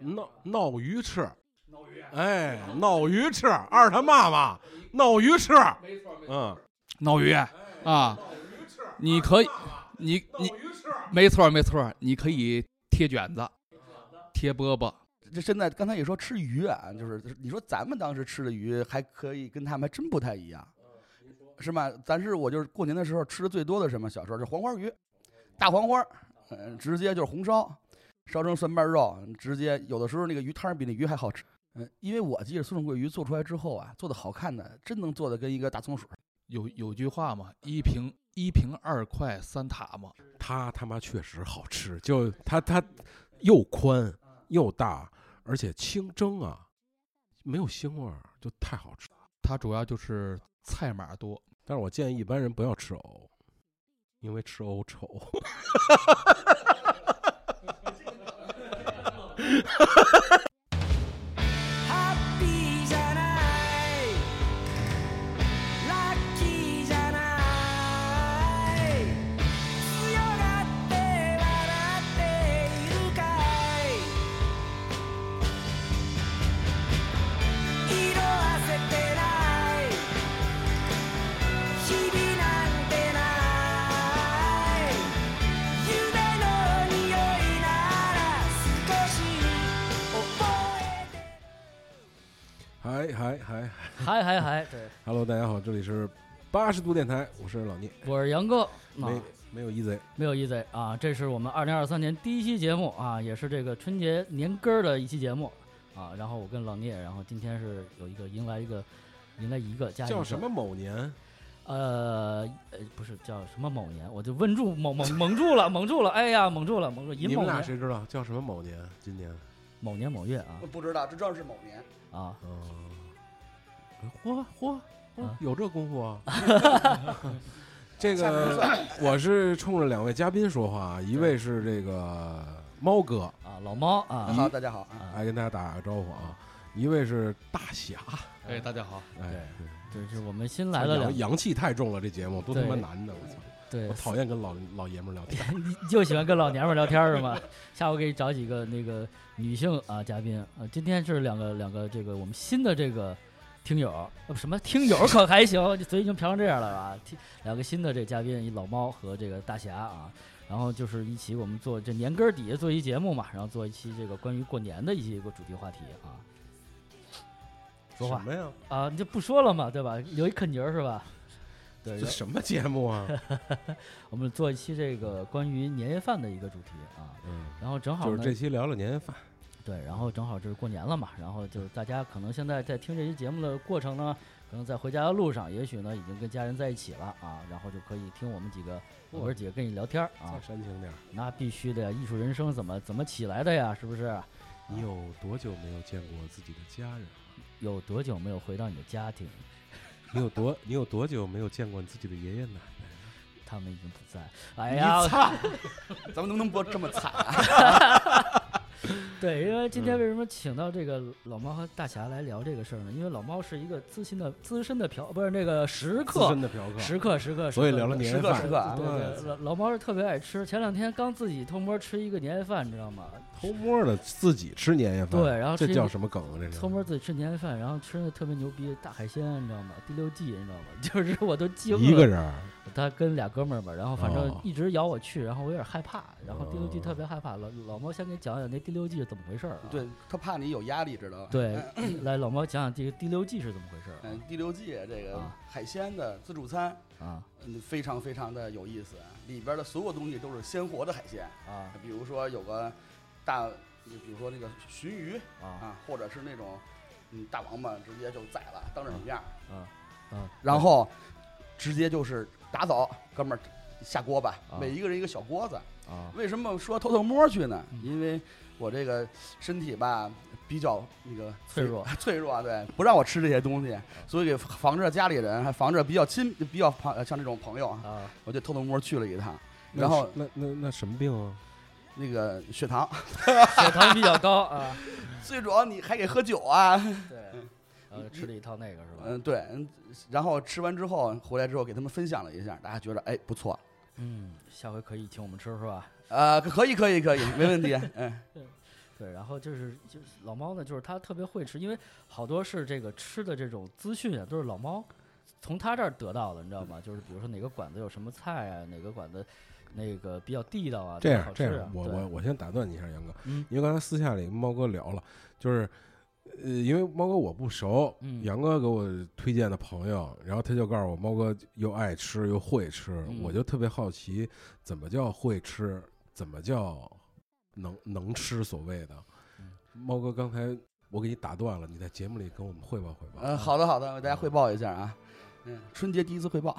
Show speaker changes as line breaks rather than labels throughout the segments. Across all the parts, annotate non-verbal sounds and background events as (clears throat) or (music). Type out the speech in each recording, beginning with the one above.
闹闹鱼翅，
闹鱼，啊
哎，闹鱼翅，二他妈妈闹鱼翅，
没错没错，
嗯，
闹鱼
哎
啊，你可以，你你
鱼翅，
没错没错，你可以贴卷子，贴饽饽，
这现在刚才也说吃鱼啊，就是就是你说咱们当时吃的鱼还可以，跟他们还真不太一样，是吧？咱是我就是过年的时候吃的最多的是什么？小时候就黄花鱼，大黄花，嗯，直接就是红烧，烧成蒜瓣肉，直接有的时候那个鱼汤比那鱼还好吃。嗯，因为我记得松鼠桂鱼做出来之后啊，做的好看的，真能做的跟一个大松鼠。
有有句话嘛，一瓶一瓶二块三塔嘛，
它他妈确实好吃，就它它又宽
嗯
又大，而且清蒸啊，没有腥味儿，就太好吃。
它主要就是菜码多，
但是我建议一般人不要吃藕，因为吃藕
(laughs)
丑。
ハッピーじゃないラッキーじゃない強がって笑っているかい色あせてない日々なんてない夢の匂いなら少し覚えて
嗨嗨嗨
还还还，对，
，Hello，大家好，这里是八十度电台，我是老聂，
我是杨哥，啊
没，没有一贼，
没有 easy 啊，这是我们二零二三年第一期节目啊，也是这个春节年根儿的一期节目啊。然后我跟老聂，然后今天是有一个迎来一个，迎来一个加一个
叫什么？某年？
呃呃，不是叫什么某年，我就问住蒙蒙蒙住了，蒙住了，哎呀，蒙住了，蒙住了，
你
银某
们俩
年
谁知道叫什么某年？今年？
某年某月啊
不知道，这知道是某年。
啊，
嗯，嚯嚯，嚯
啊
有这功夫 (laughs) 啊！这
下面不
个
算
我是冲着两位嘉宾说话，啊一位是这个猫哥，
啊，老猫
大家，
啊
好，大家好啊。
来跟大家打个招呼啊；一位是大侠，
哎，大家好，
哎，
这是我们新来的
阳
两
阳气太重了，这节目都他妈
对
男的，我操！ (laughs)
对
我，讨厌跟老老爷们儿聊天。
你你就喜欢跟老娘们儿聊天儿是吗？下午给你找几个那个女性啊嘉宾啊，今天是两个两个这个我们新的这个听友，呃、什么听友可还行，嘴已经瓢成这样了啊，听两个新的这嘉宾，一老猫和这个大侠啊，然后就是一起我们做这年根儿底下做一节目嘛，然后做一期这个关于过年的一些个主题话题啊。 (laughs) 说
什
话
么呀？
啊，你就不说了嘛，对吧？留一啃泥儿是吧？对，
这什么节目啊？
我们做一期这个关于年夜饭的一个主题啊，
嗯，
然后正好
就是
呢
这期聊聊年夜饭。
对，然后正好就是过年了嘛，然后就是大家可能现在在听这期节目的过程呢，可能在回家的路上，也许呢已经跟家人在一起了啊，然后就可以听我们几个，我们几个跟你聊天儿啊
再，煽情点儿。
那必须的呀，艺术人生怎么怎么起来的呀，是不是？
你有多久没有见过自己的家人？
有多久没有回到你的家庭？
你有多你有多久没有见过你自己的爷爷奶奶？
他们已经不在。哎呀，
咱们能不能不这么惨啊？
对，因为今天
嗯
为什么请到这个老猫和大侠来聊这个事儿呢？因为老猫是一个资深的资深的嫖，不是那个食
资
客
深，的嫖客，
食客，食客，
所以
食客
聊了
时
年夜
刻
饭
时。刻啊
对对，老老猫是特别爱吃，前两天刚自己偷摸吃一个年夜饭，你知道吗？
偷摸的自己吃年夜饭，
对然后
哎这
吃
叫什么梗啊？这是
偷摸自己吃年夜饭，然后吃的特别牛逼大海鲜，你知道吗？第六季，你知道吗？ (laughs) 就是我都惊了。
一个人儿，
他跟俩哥们儿吧，然后反正
哦
一直咬我去，然后我有点害怕，然后第六季
哦
特别害怕。老老猫先给讲讲那第六季是怎么回事儿、啊。
对他怕你有压力，知道吧？
对，来老猫讲讲这个第六季是怎么回事
嗯，第六季这个
啊
海鲜的自助餐，
儿啊
嗯，非常非常的有意思，里边的所有东西都是鲜活的海鲜，
啊啊
比如说有个大，就比如说那个鲟鱼
啊
啊，或者是那种嗯大王八直接就宰了当着你面儿，
啊！
然后直接就是打走，哥们儿下锅吧
啊，
每一个人一个小锅子。
啊
为什么说偷偷摸去呢
嗯？
因为我这个身体吧比较那个
脆弱，
(laughs)
嗯
脆弱，对，不让我吃这些东西，所以给防着家里人，还防着比较亲、比较朋像这种朋友啊，
啊
我就偷偷摸去了一趟。
那
然后
是那那那什么病啊？
那个血糖， (laughs)
血糖比较高啊，
最主要你还给喝酒啊，
对，然后吃了一套那个是吧？
嗯，对，嗯然后吃完之后回来之后给他们分享了一下，大家觉得哎不错，
嗯，下回可以请我们吃是吧？
呃，可以可以可以，没问题，嗯，
对，然后就是就是老猫呢，就是他特别会吃，因为好多是这个吃的这种资讯啊，都是老猫从他这儿得到的，你知道
嗯
吗？就是比如说哪个馆子有什么菜啊，哪个馆子那个比较地道啊，
这
比较
样
好吃
这
啊
样，我
对
我我先打断你一下，杨哥，
嗯
因为刚才私下里跟猫哥聊了，就是。呃，因为猫哥我不熟，
嗯
杨哥给我推荐的朋友，然后他就告诉我，猫哥又爱吃又会吃，
嗯
我就特别好奇，怎么叫会吃，怎么叫能能吃所谓的。
嗯
猫哥刚才我给你打断了，你在节目里跟我们汇报汇报。
呃
嗯，好的好的，为大家汇报一下啊。嗯，春节第一次汇报，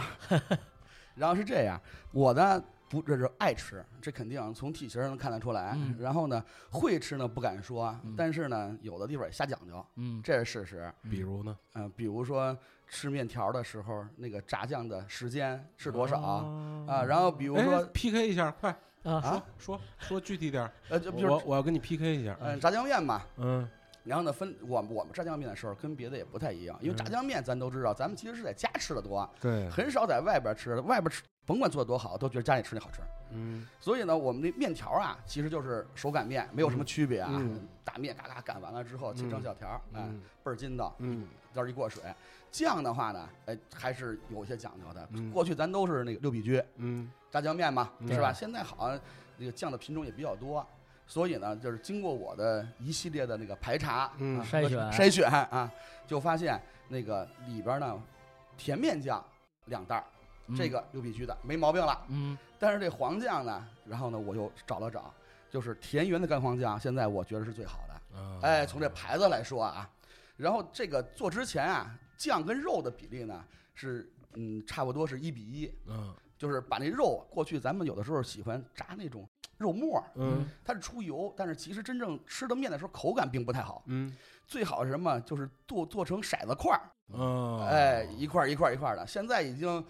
(laughs) 然后是这样，我呢不这是爱吃，这肯定从体型上能看得出来。
嗯
然后呢，会吃呢不敢说啊，
嗯
但是呢，有的地方也瞎讲究，
嗯
这是事实。
比如呢？
嗯、比如说吃面条的时候，那个炸酱的时间是多少啊？
哦
然后比如
哎
说
PK 一下，快
啊
啊，
说说具体点儿，
呃，就比如
我我要跟你 PK 一下。
嗯、炸酱面嘛，
嗯，
然后呢，分我我们炸酱面的时候跟别的也不太一样，因为炸
嗯
酱面咱都知道，咱们其实是在家吃的多，啊
对，
很少在外边吃，外边吃甭管做的多好，都觉得家里吃那好吃。
嗯，
所以呢，我们那面条啊，其实就是手擀面，没有什么区别啊。
嗯
大面嘎嘎擀完了之后，切成
嗯
小条儿，哎、
嗯
倍儿筋道，
嗯
到时候一过水。酱的话呢，哎，还是有些讲究的。
嗯
过去咱都是那个六必居
嗯
炸酱面嘛，
嗯
是吧？现在好像那个酱的品种也比较多，所以呢，就是经过我的一系列的那个排查、
嗯
啊
筛选
筛选啊，就发现那个里边呢，甜面酱两袋儿，这个六必居的没毛病了。
嗯
但是这黄酱呢，然后呢，我又找了找，就是田园的干黄酱，现在我觉得是最好的。
啊
哎，从这牌子来说啊，然后这个做之前啊，酱跟肉的比例呢是嗯差不多是一比一，
嗯
就是把那肉过去咱们有的时候喜欢炸那种肉末儿，
嗯
它是出油，但是其实真正吃到面的时候口感并不太好，
嗯
最好是什么就是剁做成骰子块儿，
嗯
哦，
哎，一块儿一块儿一块儿的，现在已经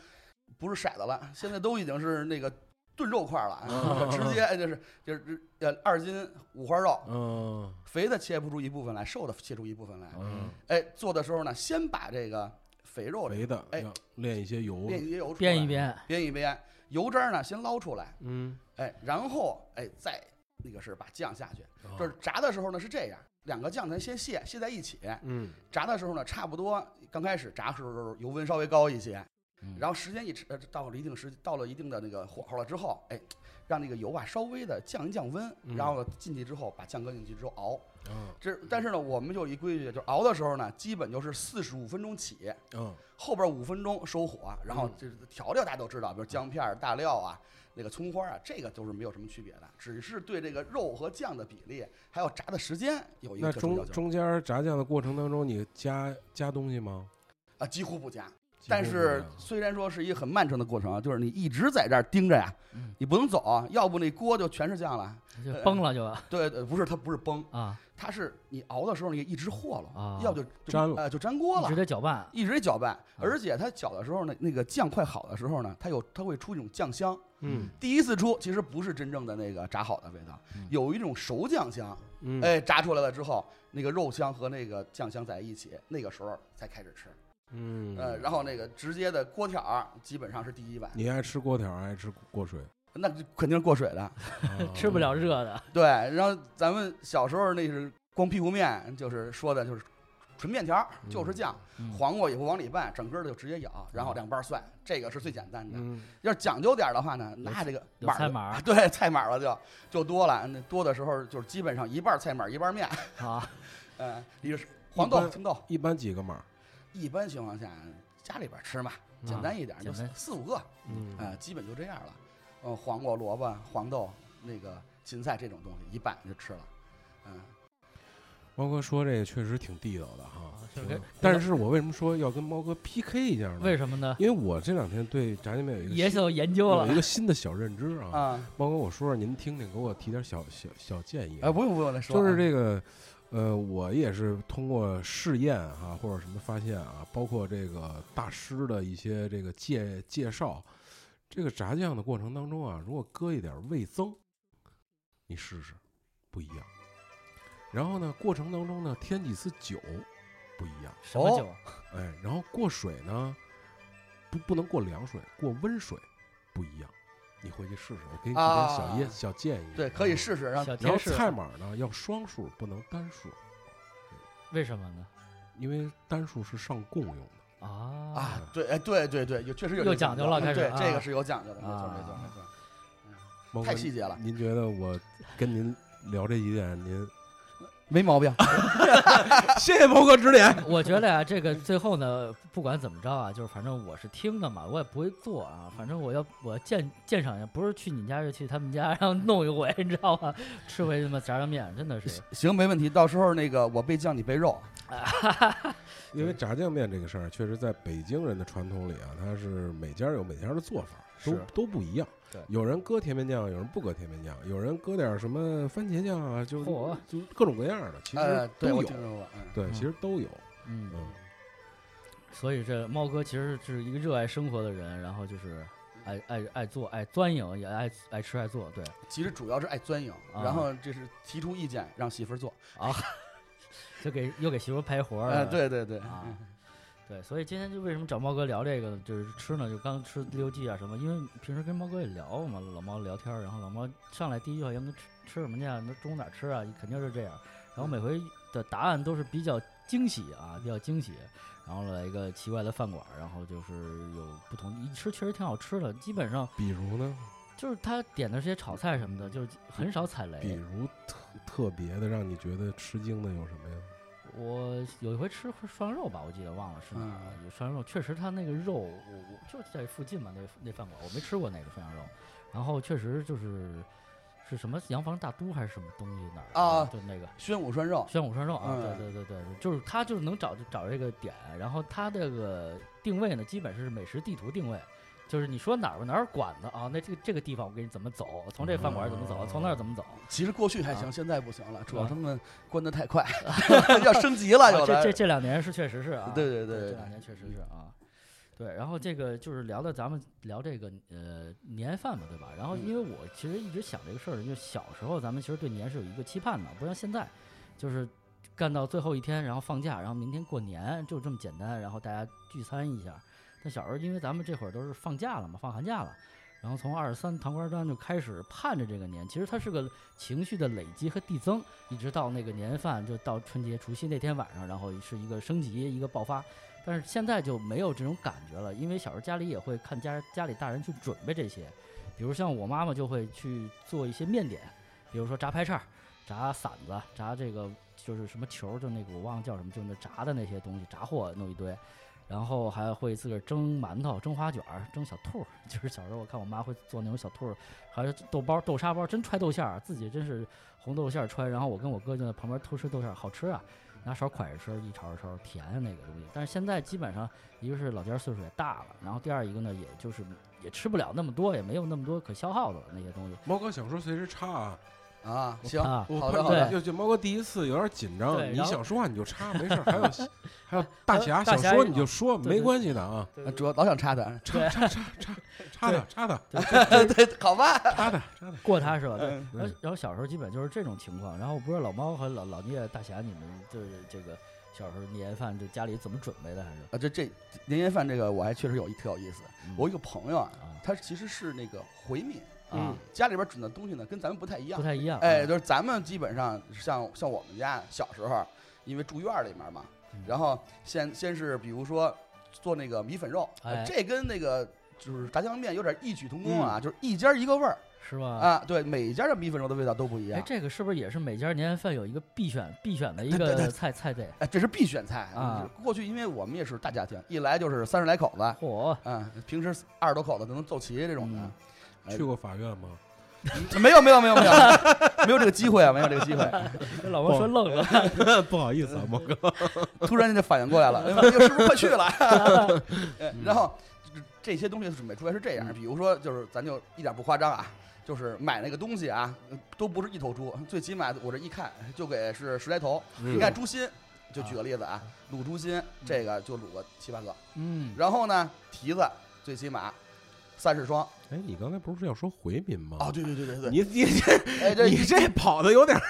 不是骰子了，现在都已经是那个炖肉块儿了，
哦
(laughs) 直接哎就是就是呃二斤五花肉，
嗯
肥的切不出一部分来，瘦的切出一部分来。
嗯，
哎，做的时候呢，先把这个肥肉这
肥的
哎
要炼一些油，
煸一油出来，
变一，变，
煸一煸，油渣儿呢先捞出来，
嗯，
哎，然后哎再那个是把酱下去，
啊
就是炸的时候呢是这样。两个酱咱先卸卸在一起，
嗯
炸的时候呢，差不多刚开始炸的时候油温稍微高一些，
嗯
然后时间一吃呃到了一定时到了一定的那个火候了之后，哎，让那个油啊稍微的降一降温，
嗯
然后进去之后把酱搁进去之后熬。
嗯
这但是呢，我们就有一规矩，就是熬的时候呢，基本就是四十五分钟起，
嗯
后边五分钟收火，然后
嗯
这调料大家都知道，比如姜片儿、大料啊。那个葱花啊，这个都是没有什么区别的，只是对这个肉和酱的比例，还有炸的时间有一
那
个特殊要
中
求
中间炸酱的过程当中，你加加东西吗？
啊，几乎不加。
几
但
乎不
是
加
虽然说是一个很漫长的过程啊，就是你一直在这儿盯着呀，
嗯
你不能走啊，要不那锅就全是酱
(laughs)
了。
就崩了就
对，对不是它不是崩，
啊，
它是你熬的时候你一直和了，
啊
要不就就
粘了
呃就粘锅
一直
了。
得搅拌，
一直搅拌，
嗯
而且它搅的时候呢，那个酱快好的时候呢，它有它会出一种酱香。
嗯
第一次出其实不是真正的那个炸好的味道，
嗯
有一种熟酱香。
嗯
哎，炸出来了之后，那个肉香和那个酱香在一起，那个时候才开始吃。
嗯
呃，然后那个直接的锅条儿基本上是第一碗，
你爱吃锅条，爱吃过水，
那就肯定是过水
(laughs)
的。
啊
吃不了热的，
对，然后咱们小时候那是光屁股面，就是说的就是纯面条儿，就是酱，
嗯
黄瓜也不往里拌，整个儿就直接咬，然后两瓣儿蒜，这个是最简单的。
嗯
要是讲究点儿的话呢，那这个
有
码儿
菜
就
码儿
(laughs) 对菜码儿了就就多了，那多的时候就是基本上一半儿菜码儿一半儿面， (laughs)
啊，
呃，一个是黄豆、
般
青豆，
一般几个码？
一般情况下家里边儿吃嘛，简单一点儿，就
啊简单
四五个，
嗯
啊，基本就这样了。嗯，黄瓜、萝卜、黄豆、那个芹菜这种东西一拌就吃了。嗯，
猫哥说这个确实挺地道的哈
啊，就是跟
但是我为什么说要跟猫哥 PK 一下呢？
为什么呢？
因为我这两天对炸酱面嗯有一个
也
新
有研究
有
了
一，个新的小认知啊。
啊，
猫哥，我说说您听听，给我提点小小小建议啊。
哎，不用不用再说
就
了，
是这个，呃，我也是通过试验哈、或者什么发现啊，包括这个大师的一些这个介介绍，这个炸酱的过程当中啊，如果搁一点味增，你试试，不一样。然后呢，过程当中呢，添几次酒，不一样。
什么酒？
哎，然后过水呢，不不能过凉水，过温水，不一样。你回去试试，我给你几点小
啊
建小建议。
对，可以
嗯。
试试。让
小
然后
天使
菜码呢要双数，不能单数，
为什么呢？
因为单数是上供用的。
啊
啊，对，哎，对对对，有确实有
又
这个
讲究了开始
对，
啊
这个是有讲究的，没错
啊
没错没错。
猫
太
哥
细节了
您觉得我跟您聊这几点，您
没毛病，
谢谢猫哥指点。
(laughs) 我觉得呀、这个最后呢，不管怎么着啊，就是反正我是听的嘛，我也不会做啊，反正我要我鉴鉴赏一下，不是去你家就去他们家，然后弄一回， (laughs) 你知道吗？吃回他妈炸酱面，真的是
行，没问题。到时候那个我备酱，你备肉，
因为炸酱面这个事儿，确实在北京人的传统里啊，它是每家有每家的做法，都
是
都不一样。
对
有人搁甜面酱，有人不搁甜面酱，有人搁点什么番茄酱啊，就
嚯
就各种各样的，其
呃
实，都
对我
有。
听说过，嗯，
对，其实都有。
嗯，
嗯，
所以这猫哥其实是一个热爱生活的人，然后就是爱爱爱做爱钻营，也爱爱吃爱做，对
其实主要是爱钻营，
啊
然后这是提出意见让媳妇儿做，
啊，就给又给媳妇儿陪活儿
哎，
了，
对对对，
啊
嗯，
对，所以今天就为什么找猫哥聊这个，就是吃呢，就刚吃第六季啊什么，因为平时跟猫哥也聊嘛，老猫聊天儿，然后老猫上来第一句话，要跟吃吃什么去啊，那中午哪吃啊，肯定是这样。然后每回的答案都是比较惊喜啊，比较惊喜。然后来一个奇怪的饭馆儿，然后就是有不同，一吃确实挺好吃的，基本上
比如呢，
就是他点的这些炒菜什么的，就是很少踩
比
雷。
如特特别的让你觉得吃惊的有什么呀？
我有一回吃涮肉吧，我记得忘了是哪儿了。
嗯
有涮肉，确实它那个肉，我我就在附近嘛，那那饭馆我没吃过那个涮羊肉，然后确实就是是什么洋房大都还是什么东西哪儿
啊
就那个
宣武涮肉，
宣武涮肉啊，
嗯
对对对对，就是他就是能找找这个点，然后他这个定位呢，基本是美食地图定位。就是你说哪儿吧哪儿管的啊？那这个这个地方我给你怎么走？从这饭馆怎么走？从那儿怎么走？
其实过去还行，
啊
现在不行了，主要
啊
他们关的太
(laughs)
快， (laughs) 要升级了，
啊
有
这
的
这这两年是确实是啊，
对对对
这
对
两年确实是啊。对，然后这个就是聊到咱们聊这个呃年饭嘛，对吧？然后因为
嗯
我其实一直想这个事儿，就小时候咱们其实对年是有一个期盼的，不像现在，就是干到最后一天，然后放假，然后明天过年，就这么简单，然后大家聚餐一下。但小时候因为咱们这会儿都是放假了嘛，放寒假了，然后从二十三糖瓜粘就开始盼着这个年，其实它是个情绪的累积和递增，一直到那个年饭，就到春节除夕那天晚上，然后是一个升级，一个爆发。但是现在就没有这种感觉了，因为小时候家里也会看家家里大人去准备这些，比如像我妈妈就会去做一些面点，比如说炸排叉儿、炸馓子、炸这个就是什么球儿，就那个我忘了叫什么，就那炸的那些东西，炸货弄一堆，然后还会自个儿蒸馒头、蒸花卷儿、蒸小兔儿， (laughs) 就是小时候我看我妈会做那种小兔儿，还有豆包、豆沙包，真揣豆馅儿，自己真是红豆馅儿揣，然后我跟我哥就在旁边偷吃豆馅儿，好吃啊。拿勺㧟着吃，一勺一勺甜那个东西。但是现在基本上，一个是老家岁数也大了，然后第二一个呢，也就是也吃不了那么多，也没有那么多可消耗的那些东西
猫哥想说随时插啊，
啊，行，
啊。
我
好
怕
的
你
好
的
就就猫哥第一次有点紧张
对，
你
然后
想说话你就插，没事儿。还有还有大侠
大
想
侠
说
也
你就说，
对对
没关系的啊，
对
啊主要老想插他，
(laughs)
插插插插插他插他
对，好吧，
插他插他。
过它是吧？对。
嗯
然后然后小时候基本就是这种情况。然后我不知道老猫和老老聂、大侠你们就是这个小时候年夜饭就家里怎么准备的，还是
啊，这这年夜饭这个我还确实有一特有意思，我有一个朋友啊，
嗯啊
他其实是那个回民，
啊
家里边准的东西呢跟咱们不太一样
不，太一样啊。
哎，就是咱们基本上像像我们家小时候，因为住院儿里面嘛，
嗯
然后先先是比如说做那个米粉肉，呃
哎嗯
这跟那个就是炸酱面有点异曲同工啊，就是一家一个味儿
是吧？
啊，对，每家的米粉肉的味道都不一
哎
样，，
这个是不是也是每家年夜饭有一个必选必选的一
对对
个菜菜
(laughs)
类？
哎，这是必选菜
啊。
就是过去因为我们也是大家庭，一来就是三十来口子，
嚯！
嗯，平时二十多口子都能凑齐这种的，哎
去过法院吗？
嗯
(laughs) 没有没有没有没有没有这个机会啊，没有这个机会。
老猫说愣了。
(laughs) 不好意思啊，猫哥。
突然间就反应过来了，哎呦是不是快去了？哎
嗯
然后这这些东西准备出来是这样，比如说就是咱就一点不夸张啊，就是买那个东西啊，都不是一头猪，最起码我这一看就给是十来头。
嗯
你看猪心，就举个例子啊，卤猪心这个就卤个七八个，
嗯，
然后呢蹄子最起码三十双。
哎，你刚才不是要说回民吗？
哦哦，对对对对对，
你你这
哎这
你这跑的有点儿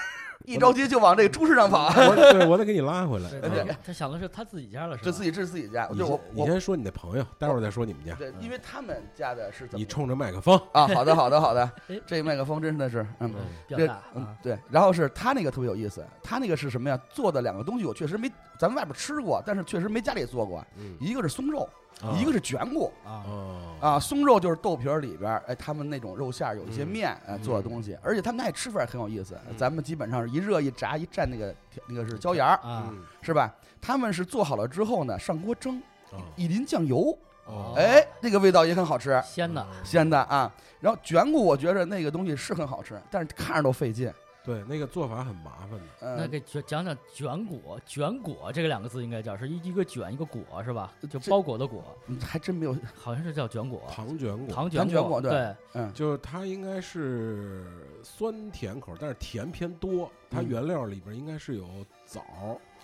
一着急就往这个猪市上跑。
我对我得给你拉回来。
对
啊
他他想的是他自己家了，是吧？
(laughs) 这自己这是自己家，
你
对我
先你
我
先说你的朋友，待会儿再说你们家。
对，因为他们家的是怎么
你冲着麦克风，
啊？好的，好的，好的
(laughs)
哎，
这麦克风真的是嗯。
嗯比较
这
大
嗯
啊，
对，然后是他那个特别有意思，他那个是什么呀？做的两个东西我确实没，咱们外边吃过，但是确实没家里做过。
嗯，
一个是松肉，
啊
一个是卷骨
啊，
哦
啊。松肉就是豆皮儿里边儿，哎，他们那种肉馅儿有一些
嗯
面哎做的东西，而且他们那吃法也很有意思。
嗯
咱们基本上是一热一炸一蘸那个那个是椒盐儿，
啊，
嗯
是吧？他们是做好了之后呢，上锅蒸，
哦
一淋酱油，
哦
哎，那个味道也很好吃，
鲜的，
鲜的啊。然后卷骨我觉着那个东西是很好吃，但是看着都费劲。
对，那个做法很麻烦的。
嗯、
那给讲讲讲卷果，卷果这个两个字应该叫是一一个卷一个果是吧？就
这
包裹的果，
嗯还真没有，
好像是叫卷果，
糖卷果，
糖卷
糖卷果对
对，
嗯，
就是它应该是酸甜口，但是甜偏多。它
嗯
原料里边应该是有枣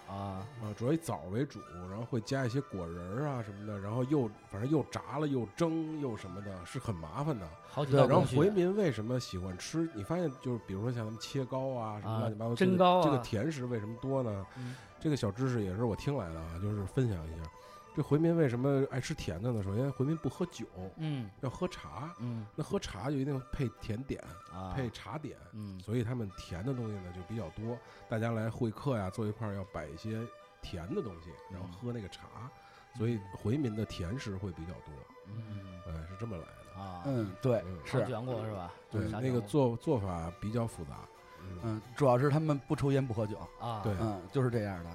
啊，
啊，主要以枣为主，然后会加一些果仁儿啊什么的，然后又反正又炸了又蒸又什么的，是很麻烦的。
好几
对
道
然后
工序
回民为什么喜欢吃？你发现就是，比如说像咱们切糕啊，什么
啊
乱七八糟，
蒸
这个
糕
这个
啊
甜食为什么多呢
嗯？
这个小知识也是我听来的啊，就是分享一下。这回民为什么爱吃甜的呢？首先，回民不喝酒，
嗯
要喝茶。
嗯
那喝茶就一定配甜点，
啊，
配茶点，
嗯
所以他们甜的东西呢就比较多。大家来会客呀，坐一块儿要摆一些甜的东西，然后
嗯
喝那个茶，所以回民的甜食会比较多，
嗯
哎，是这么来的。
啊，
嗯，对
嗯，
糖
是，
卷果是吧？
对，
啥
那个
卷果
做做法比较复杂。嗯，
嗯，主要是他们不抽烟不喝酒，
啊，
对
嗯，就是这样的。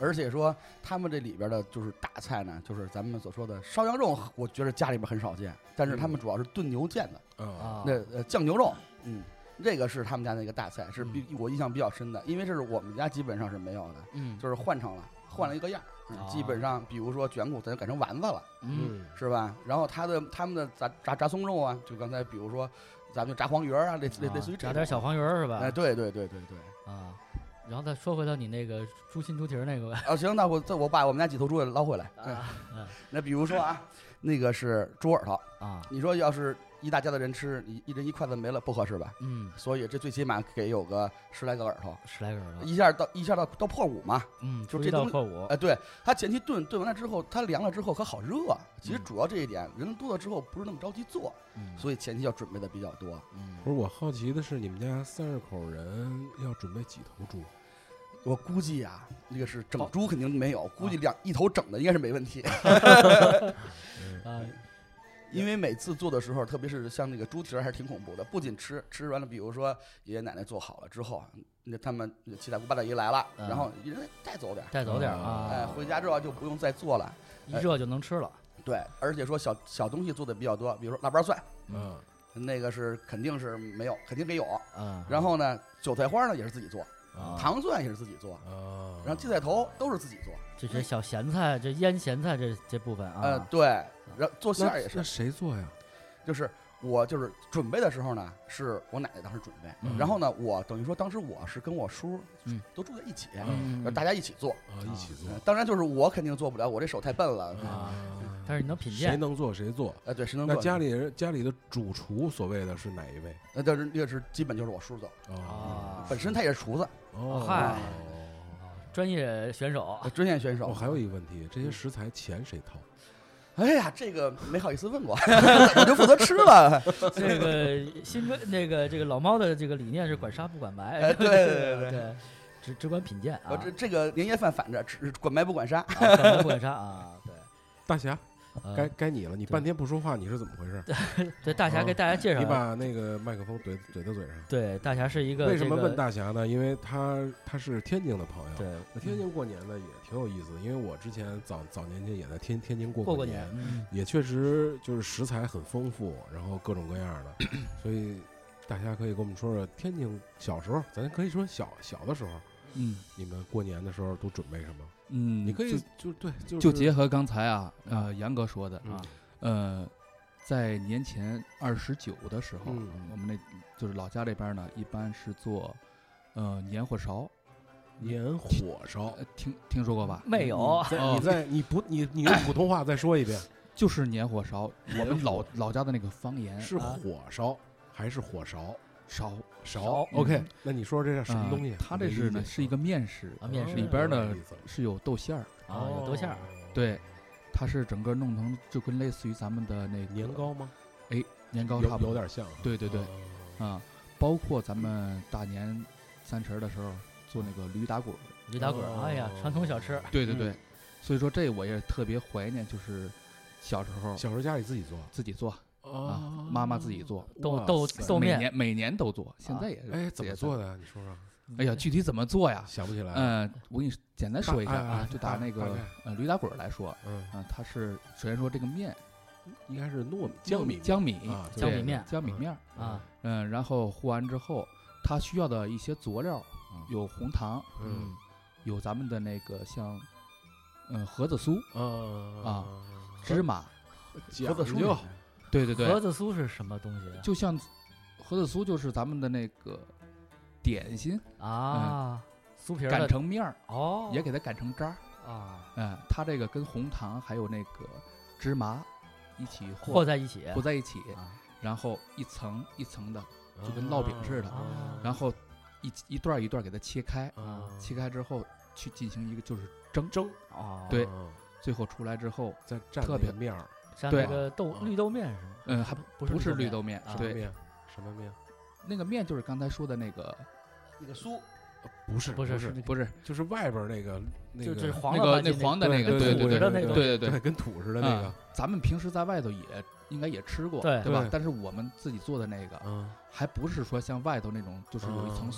而且说他们这里边的就是大菜呢，就是咱们所说的烧羊肉，我觉得家里边很少见，但是他们主要是炖牛腱子，
啊，
啊，
那呃酱牛肉，嗯，这个是他们家那个大菜，是
嗯
比我印象比较深的，因为这是我们家基本上是没有的，
嗯
就是换成了换了一个样儿，嗯
啊
基本上比如说卷骨，咱就改成丸子了，
嗯
是吧？然后他的他们的炸炸炸松肉啊，就刚才比如说咱们就炸黄鱼儿啊，类类类似于这
炸点
种
小黄鱼儿是吧？
哎，对对对对对。
啊，然后再说回到你那个猪心猪蹄儿那个吧，
啊，行，那我再我把我们家几头猪也捞回来。
啊
嗯，那比如说啊，那个是猪耳朵，
啊，
你说要是一大家子人吃，你一人一筷子没了，不合适吧？
嗯，
所以这最起码给有个十来个耳朵，
十来个人了，
一下到一下到到破五嘛。
嗯，
就
出
这
一道
东西
破五，
哎，对，它前期炖炖完了之后，它凉了之后可好热啊。其实主要这一点，人多了之后不是那么着急做，
嗯
所以前期要准备的比较多。
不是我好奇的是，你们家三十口人要准备几头猪？
我估计啊，这个是
哦
整猪肯定没有，估计两一头整的应该是没问
(laughs)
题。哎
啊，
因为每次做的时候，特别是像那个猪蹄儿，还是挺恐怖的。不仅吃吃完了，比如说爷爷奶奶做好了之后，啊那他们七大姑八大姨来了，
嗯
然后一人带走点儿，
带走点儿
啊
哎，
啊，
回家之后就不用再做了。
一热就能吃了，
对，而且说小小东西做的比较多，比如说腊八蒜，
啊，
那个是肯定是没有，肯定得有。
嗯，
然后呢，韭菜花呢也是自己做，
啊
糖蒜也是自己做，
啊，
嗯
然后荠菜头都是自己做。
这些小咸菜，这腌咸菜这这部分
呃，
啊，
对，然后做馅儿也
那
是，
谁做呀？
就是我就是准备的时候呢，是我奶奶当时准备，
嗯
然后呢，我等于说当时我是跟我叔，
嗯
都住在一起，
嗯，
大家一起做。
啊，一起做
呃当然就是我肯定做不了，我这手太笨了。
啊但是你能品
谁
鉴
能做谁做。
呃，对，谁能
那
做？
家里人家里的主厨所谓的是哪一位？
呃，但是这个是基本就是我叔做，
啊
嗯本身他也是厨子，
哦，
嗨哦专业
(laughs)
选手
呃专业选手
我。还有一个问题，这
嗯
些食材钱谁掏？
哎呀，这个没好意思问过， (laughs) 我就负责吃
啊
了。
这个新哥，那个这个老猫的这个理念是管杀不管埋，
哎
(laughs)
对对对
对，只只管品鉴啊，
我这这个年夜饭反着吃，管埋不管杀。
啊管埋不管杀啊，对。
(laughs)
大侠，
呃
该该你了，你
对
半天不说话，你是怎么回事？
对大侠给
哦
大家介绍
你
一下，
把那个麦克风怼怼到嘴上。
对大侠是一个
为什
这
么
个
问大侠呢？因为他他是天津的朋友，
对嗯
那天津过年呢也挺有意思的，因为我之前早早年间也在天天津过
过
过
过年，嗯
也确实就是食材很丰富，然后各种各样的，所以大家可以跟我们说说天津小时候，咱可以说小小的时候，
嗯
你们过年的时候都准备什么？
嗯，
你可以
就
就对，就是
就结合刚才啊，呃，杨哥说的
嗯
啊，呃，在年前二十九的时候，
嗯
我们那就是老家这边呢，一般是做呃年货勺，
年火烧
呃。，听听说过吧？
没有
你在
哦
你在你不你你用普通话再说一遍，
就是年火勺，我
年
们
火
哎老老家的那个方言
是火烧还是火勺？
少
勺。
嗯
OK，那你说这是什么
啊
东西？
它
我
这
没
是
理解
呢
哦
是一个面食，
啊面食
里边呢
有意思了哦
是有豆馅儿，
嗯
啊，有豆馅
哦
儿，
对，它是整个弄成就跟类似于咱们的那个
年糕吗？
年糕
有
差不多，
有点像啊。
对对对
哦，
啊，包括咱们大年三十儿的时候做那个驴打滚儿，
嗯
驴打
哦
滚儿，哎
哦
呀，传统小吃，
对对
嗯
对，所以说这我也特别怀念，就是小时候
小时候家里自己做
自己做，
啊
妈妈自己做，啊
豆
哇
豆
塞
豆
每
哦面
年每年都做，现
啊
在也
哎，怎么？
也
做
在
的呀？你说说，
嗯
哎呀，具体怎么做呀？
想不起来了。
嗯，我给你简单说一下
大哎
啊
哎，
就
大
打那
大
个
概
呃驴打滚儿来说，
嗯，
啊，它是首先说这个面
应该是糯米江米
江米
啊
对
江米面
江米
嗯
面儿，
啊，
嗯，然后和完之后，它需要的一些佐料有红糖，
嗯
有咱们的那个像嗯盒子酥、
啊
啊芝麻，
讲
子酥
究
对对
盒
对，
子酥是什么东西啊
就像盒子酥就是咱们的那个点心，
啊？酥皮儿
擀
的
嗯成面儿，
哦，
也给它擀成渣儿，
啊
嗯，它这个跟红糖还有那个芝麻一起
和
和
在一起
和在一起，
啊
然后一层一层的就跟烙饼似的
啊
然后一一段儿一段儿给它切开，
啊
切开之后去进行一个就是蒸，
蒸，
哦，
对
嗯
最后出来之后，
再蘸
特
那
别
个面儿，
像
对
那个豆
啊
绿豆面是吗？
嗯，还
不是
不是
绿
绿
豆
豆面，
啊
什么
对，
面？什么面？
那个面就是刚才说的那个，
那个酥，
不是
不
是
是是那
呃不是
就是外边那个那
就
个
就是黄
那
了吧
个
唧
那黄的
对
那个，
对对
对
对
对对
对
对对对，
跟土似的那个，
咱们平时在外头也应该也吃过，
对
吧
对？
但是我们自己做的那个
嗯
还不是说像外头那种，就是有一层
嗯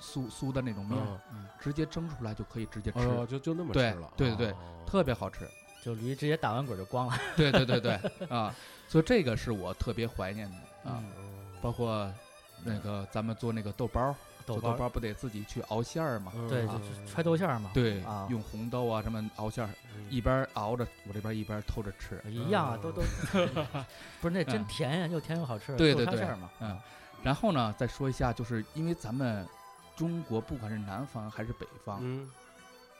酥酥酥的那种面，
嗯，
直接蒸出来就可以直接吃，
哦，就就那么吃
对
了，
对对对
哦
特别好吃。
就驴直接打完滚就
(laughs)
光了。
对对对对啊，所以这个是我特别怀念的啊，
嗯
哦
包括那个咱们做那个豆包儿，
豆
做
包
豆
儿
包儿不得自己去熬馅儿嘛？
对，
嗯
就是揣豆馅儿嘛。
对
啊，，
用红豆啊什么熬馅儿，
嗯
一边儿熬着，我这边儿一边儿偷着吃。
一样啊，都都不是那真
嗯
甜呀，又甜又好吃，
对对
豆沙
对
馅儿嘛。
嗯，然后呢，再说一下，就是因为咱们中国不管是南方还是北方，
嗯，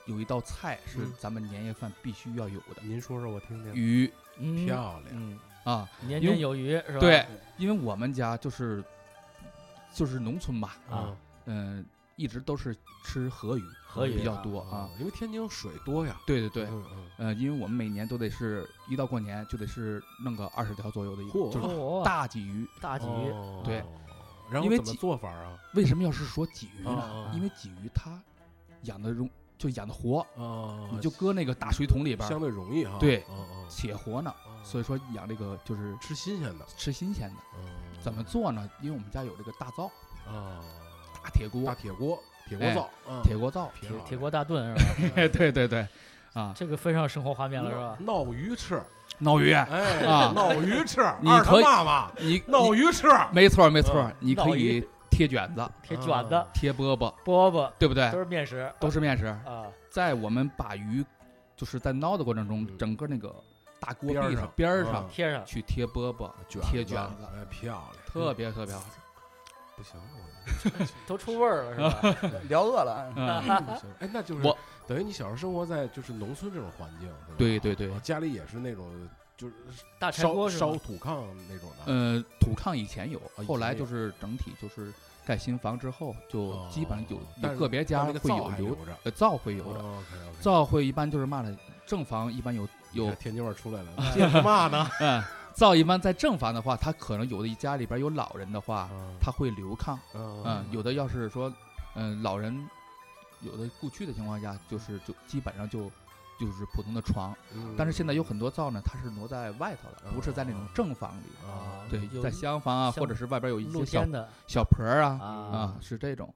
有一道菜是
嗯
咱们年夜饭必须要有的
您说说我听听，
鱼
嗯，
漂亮，
嗯，
啊。
年
因为
年有余是吧？嗯
对，因为我们家就是就是农村嘛，
啊，
嗯，一直都是吃河鱼，
河鱼
比较
啊
多
啊
啊。，
因为天津水多呀，
对对对，
嗯嗯，
呃，因为我们每年都得是一到过年就得是弄个二十条左右的一个，
嚯
就是
哦
大鲫鱼。
大鲫鱼，
哦
对，
然后
因为
怎么
鲫
做法啊？
为什么要是说鲫鱼呢？
啊
因为鲫鱼它养的容就养的活，
哦
啊，
你就搁那个大水桶里边
相
儿
对容易哈，
对
嗯，
且活呢，
嗯
所以说养这个就是
吃新鲜的，
吃新鲜的。
嗯
怎么做呢？因为我们家有这个大灶，
啊？
大铁锅
大，铁锅，铁锅
哎
灶，嗯
铁锅灶。
挺
铁
好
铁
的嗯
锅大炖是吧？
哎， (laughs) 对对
(laughs)
对，啊，
这个非常有生活画面了是吧
闹？闹鱼吃，
闹鱼，
哎
啊
闹鱼吃，
你
二他
可以
妈妈 (laughs)
你
闹
你
鱼吃，
没错没错
嗯，
你
闹
可
鱼
以贴卷子、
铁卷子
啊、
贴饽饽，
饽饽
对不对
都？是面食
嗯哎都是面食。
啊，
在我们把鱼就是在捞的过程中
嗯，
整个那个大锅
边儿
壁
上
边儿上
嗯
贴上
去贴饽饽、贴卷子，
哎，漂亮，
特别特别好吃。
不行，
都出味儿了是吧？
(laughs) 聊饿了。
嗯，
我不行，哎，那就是
我
等于你小时候生活在就是农村这种环境，是吧？
对对对
哦，家里也是那种就是
大柴
烧
锅是吧
烧？土炕那种的，
呃，土炕以前有
啊前，
后来就是整体就是盖新房之后，就
哦
基本上有
但
有
是
个别家
但那个
会
灶
有
还
留
留着，
呃灶会有的，
哦，OK，OK，
灶会一般就是嘛的，正房一般有
你
有
看天津味儿出来了， (laughs) 接着骂呢，
嗯，灶一般在正房的话，他可能有的一家里边有老人的话，他会留炕，
啊
嗯，啊有的要是说，嗯，老人有的故去的情况下，就是就基本上就就是普通的床，
嗯
但是现在有很多灶呢，它是挪在外头了，不是在那种正房里。
啊，
对
嗯有，
在厢房啊，
厢
或者是外边有一
露
些小
天的
小盆儿啊，
啊
啊，，是这种。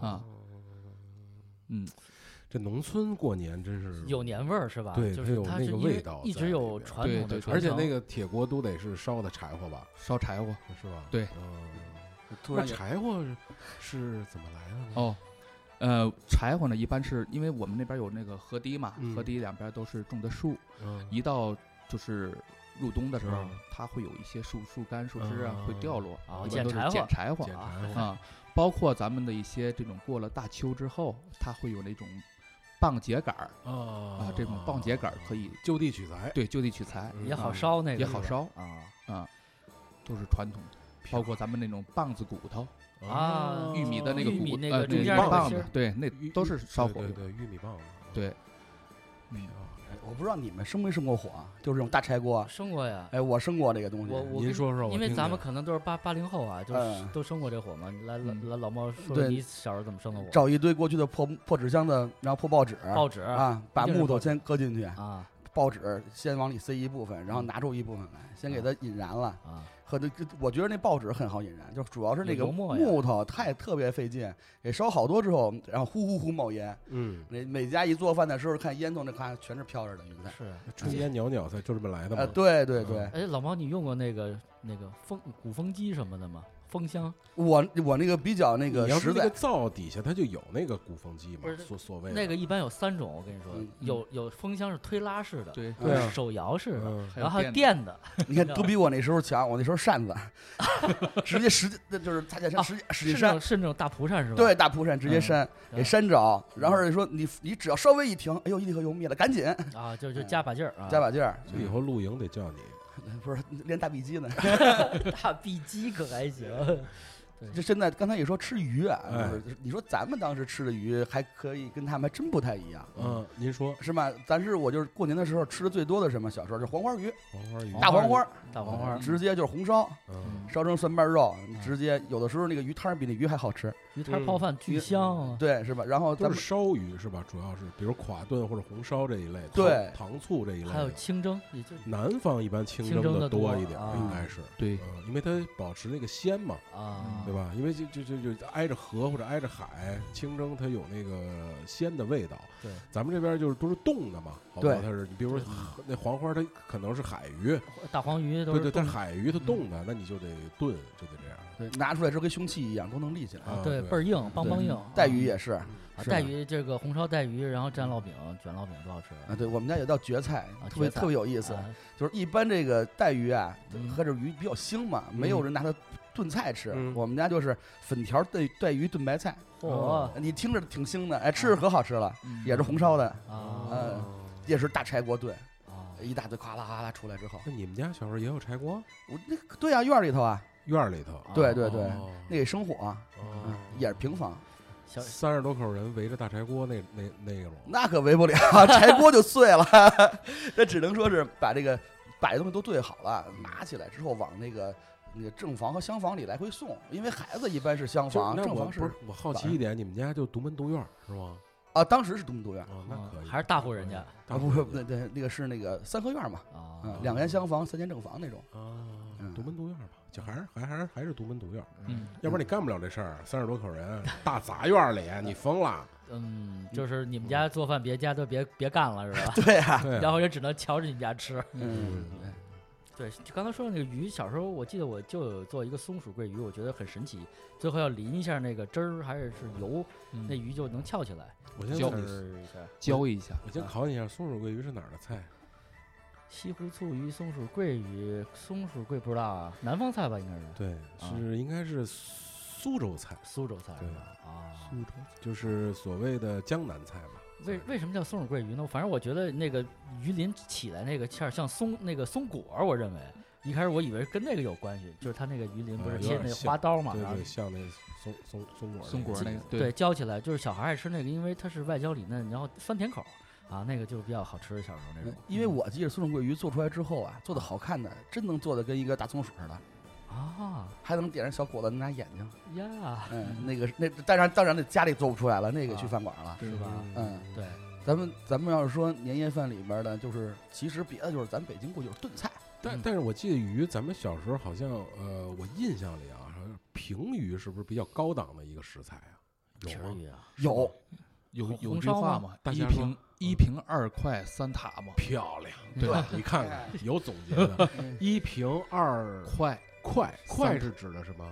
啊嗯，
这农村过年真是
有年味儿是吧？
对
就
它
是
有
它
那
是
个
因
味
为
道
一
在
直
里
有
边
传
对
统的
对
传
而且
承
那个铁锅都得是烧的柴火吧，
烧柴火。
是吧？
对
嗯，
突
那
然有
柴火是是怎么来的呢？
哦，呃，柴火呢，一般是因为我们那边有那个河堤嘛，
嗯
河堤两边都是种的树，
嗯，
一到就是入冬的时候
嗯，
它会有一些树树干、树枝啊
嗯
会掉落，
哦
一
捡
般都是
柴火
捡柴火
捡
啊
柴火
啊。包括咱们的一些这种过了大秋之后，它会有那种棒秸秆儿
啊
啊，这种棒秸秆儿可以
哦
就地取材，
对就地取材，
嗯
也好
啊
烧那个
也
是
好
吧
烧
啊
啊，都是传统的。包括咱们那种棒子骨头
哦
啊
玉米的那个
玉
谷
米
物
那
呃
个
对
中
间
玉
那
米
个
棒
芯
子
儿，
对，那
玉
都是
玉
烧火
对
用的。
对对玉米棒子，
对
挺
嗯，
好。
我不知道你们生没生过火啊，就是这种大柴锅。
(laughs) 生过呀。
哎，我生过这个东西。
我我
您
跟
说说，我
因为
听
咱
听
们可能都是八八零后啊，就是
嗯
都生过这火嘛。来来
嗯
来，老猫说说
对
你小时候怎么生的火？
找一堆过去的破破纸箱子，然后破报纸，
报纸啊
啊，把木头先搁进去，
啊
报纸先往里塞一部分，然后拿出一部分来，先给它引燃了。
啊！
和那我觉得那报纸很好引燃，就主要是那
有
个
油墨呀
木头太特别费劲，给烧好多之后，然后呼呼呼冒烟。
嗯，
每每家一做饭的时候，看烟囱那咔全是飘着的云彩。
是。
炊烟袅袅才就这么来的嘛。
啊，
嗯
对对对，
哎，老猫，你用过那个那个风鼓风机什么的吗？风箱
我我那个比较那个
你要是
实
那
在
个，灶底下它就有那个鼓风机
不
嘛
是，
所所谓的
那个一般有三种，我跟你说
嗯，
有有风箱是推拉式的，
对，
对啊
手摇式的，
嗯
还有
然后还有
电
电的，
你看都比我那时候强，我那时候扇子， (laughs) 直接十那就是擦肩
啊
扇十使
是
劲
那
扇
种，是那种大蒲扇是吧？
对，大蒲扇直接
嗯
扇，给
对嗯
扇着，然后说你你只要稍微一停，哎呦一颗油灭了，赶紧
啊，就就加把劲儿啊，
加把劲儿，
就以后露营得叫你，
不是练大臂肌呢。 (laughs)
大臂肌可还行。
这现在刚才也说吃鱼啊，
哎
就是你说咱们当时吃的鱼还可以，跟他们还真不太一样，
嗯，您说
是吧？咱是我就是过年的时候吃的最多的什么？小时候就黄花鱼、
黄花鱼，
大黄花儿，
大哦黄花儿，
直接就是红烧，
嗯，
烧成蒜瓣肉，你
嗯
直接有的时候那个鱼汤比那鱼还好吃，
鱼摊泡饭巨香啊！
对，是吧？然后咱
都
们
是烧鱼是吧？主要是比如垮炖或者红烧这一类，
对
糖糖醋这一类
还有
的。
清蒸，也就
南方一般清
清蒸
的
的多
一点儿，
啊
应该是，
对，
嗯，因为它保持那个鲜嘛，
啊，
对吧？因为就就就就挨着河或者挨着海，清蒸它有那个鲜的味道。
对，
咱们这边就是都是冻的嘛，好多
对
它是，你比如说那黄花，它可能是海鱼，
大黄鱼都
对
是
对，但
冻
是海鱼它冻的，那你就得炖，就得这样。
对拿出来之后跟凶器一样都能立起来。
啊
对倍儿硬，梆梆硬。
带鱼也是
啊
是
带
吧
鱼这个红烧带鱼，然后蘸烙饼，卷烙饼多好吃啊！
啊，对我们家有道蕨菜，
啊
特别
蕨菜
特别有意思。
啊
就是一般这个带鱼啊
嗯，
和这鱼比较腥嘛，没有人拿它炖菜吃
嗯。
我们家就是粉条带带鱼炖白菜，
哦嚯啊
你听着挺腥的，哎，吃
啊
着可好吃了，
嗯
也是红烧的，
啊
呃，也是大柴锅炖，
啊！
一大堆哗啦哗啦出来之后，
那你们家小时候也有柴锅？
我那个对啊，院儿里头啊，
院儿里头，
对对对，
哦
那生火
哦
嗯也是平房，
小
三十多口人围着大柴锅那那那种，
那可围不了，柴锅就碎了， (laughs) 那只能说是把这个把这东西都对好了，拿起来之后往那个。那个正房和厢房里来回送，因为孩子一般是厢
就
房，
那
正
我
房
不是我好奇一点，你们家就独门独院儿是吗？
啊，当时是独门独院
哦，那可以，
嗯啊还是大户人家
大
啊，
户
不
人家，
是，那那那个是那个三合院嘛，
啊
嗯，两间厢房，三间正房那种。
啊
嗯，
独门独院儿吧，就还是还还是还是独门独院儿，
嗯，
要不然你干不了这事儿。三十多口人，大杂院儿里，你疯了，
嗯，就是你们家做饭，别家都别别干了是
(laughs)
吧？
对啊，
对
然后也只能瞧着你们家吃。
嗯，
(laughs) 对，就刚才说的那个鱼，小时候我记得我就有做一个松鼠桂鱼，我觉得很神奇。最后要淋一下那个汁儿还是是油，那
那
鱼就能翘起来。
我先
就
问你
是一下
浇一下，
我先考你一下，松鼠桂鱼是哪儿的菜？啊
西湖醋鱼、松鼠桂鱼、松鼠桂不知道啊，南方菜吧应该是
对，是应该是苏州菜，
苏州菜是
对
吧？啊，
州就是所谓的江南菜嘛。
为为什么叫松鼠桂鱼呢？反正我觉得那个鱼鳞起来那个馅儿像松那个松果儿，我认为一开始我以为跟那个有关系，就是它那个鱼鳞不
啊
是
有
切
点
那
像
花刀嘛，
对
然后
对，像那松松松果儿
松果儿那个
劲，
对，浇起来就是小孩爱吃那个，因为它是外焦里嫩，然后酸甜口儿啊，那个就比较好吃。小时候那种
哎
因为我记得松鼠桂鱼做出来之后啊，做的好看的，真能做的跟一个大松鼠似的，
啊
还能点上小果子拿眼睛。
呀，
嗯，那个那当然当然那家里做不出来了，那个去饭馆了。
是吧？
嗯，
对，
咱们咱们要是说年夜饭里边的，就是其实别的就是咱北京过去就是炖菜，
但
嗯
但是我记得鱼，咱们小时候好像呃，我印象里啊，好像平鱼是不是比较高档的一个食材啊？有
皮
吗？
鱼啊，
有
有
红
有
红
句
烧
话
吗
嘛，
大
一
家说
瓶一瓶二块三塔嘛，
漂亮，
对
吧？你看看，有总结的， (laughs) 一平
嗯
二
块
块，块
三
是指的什么？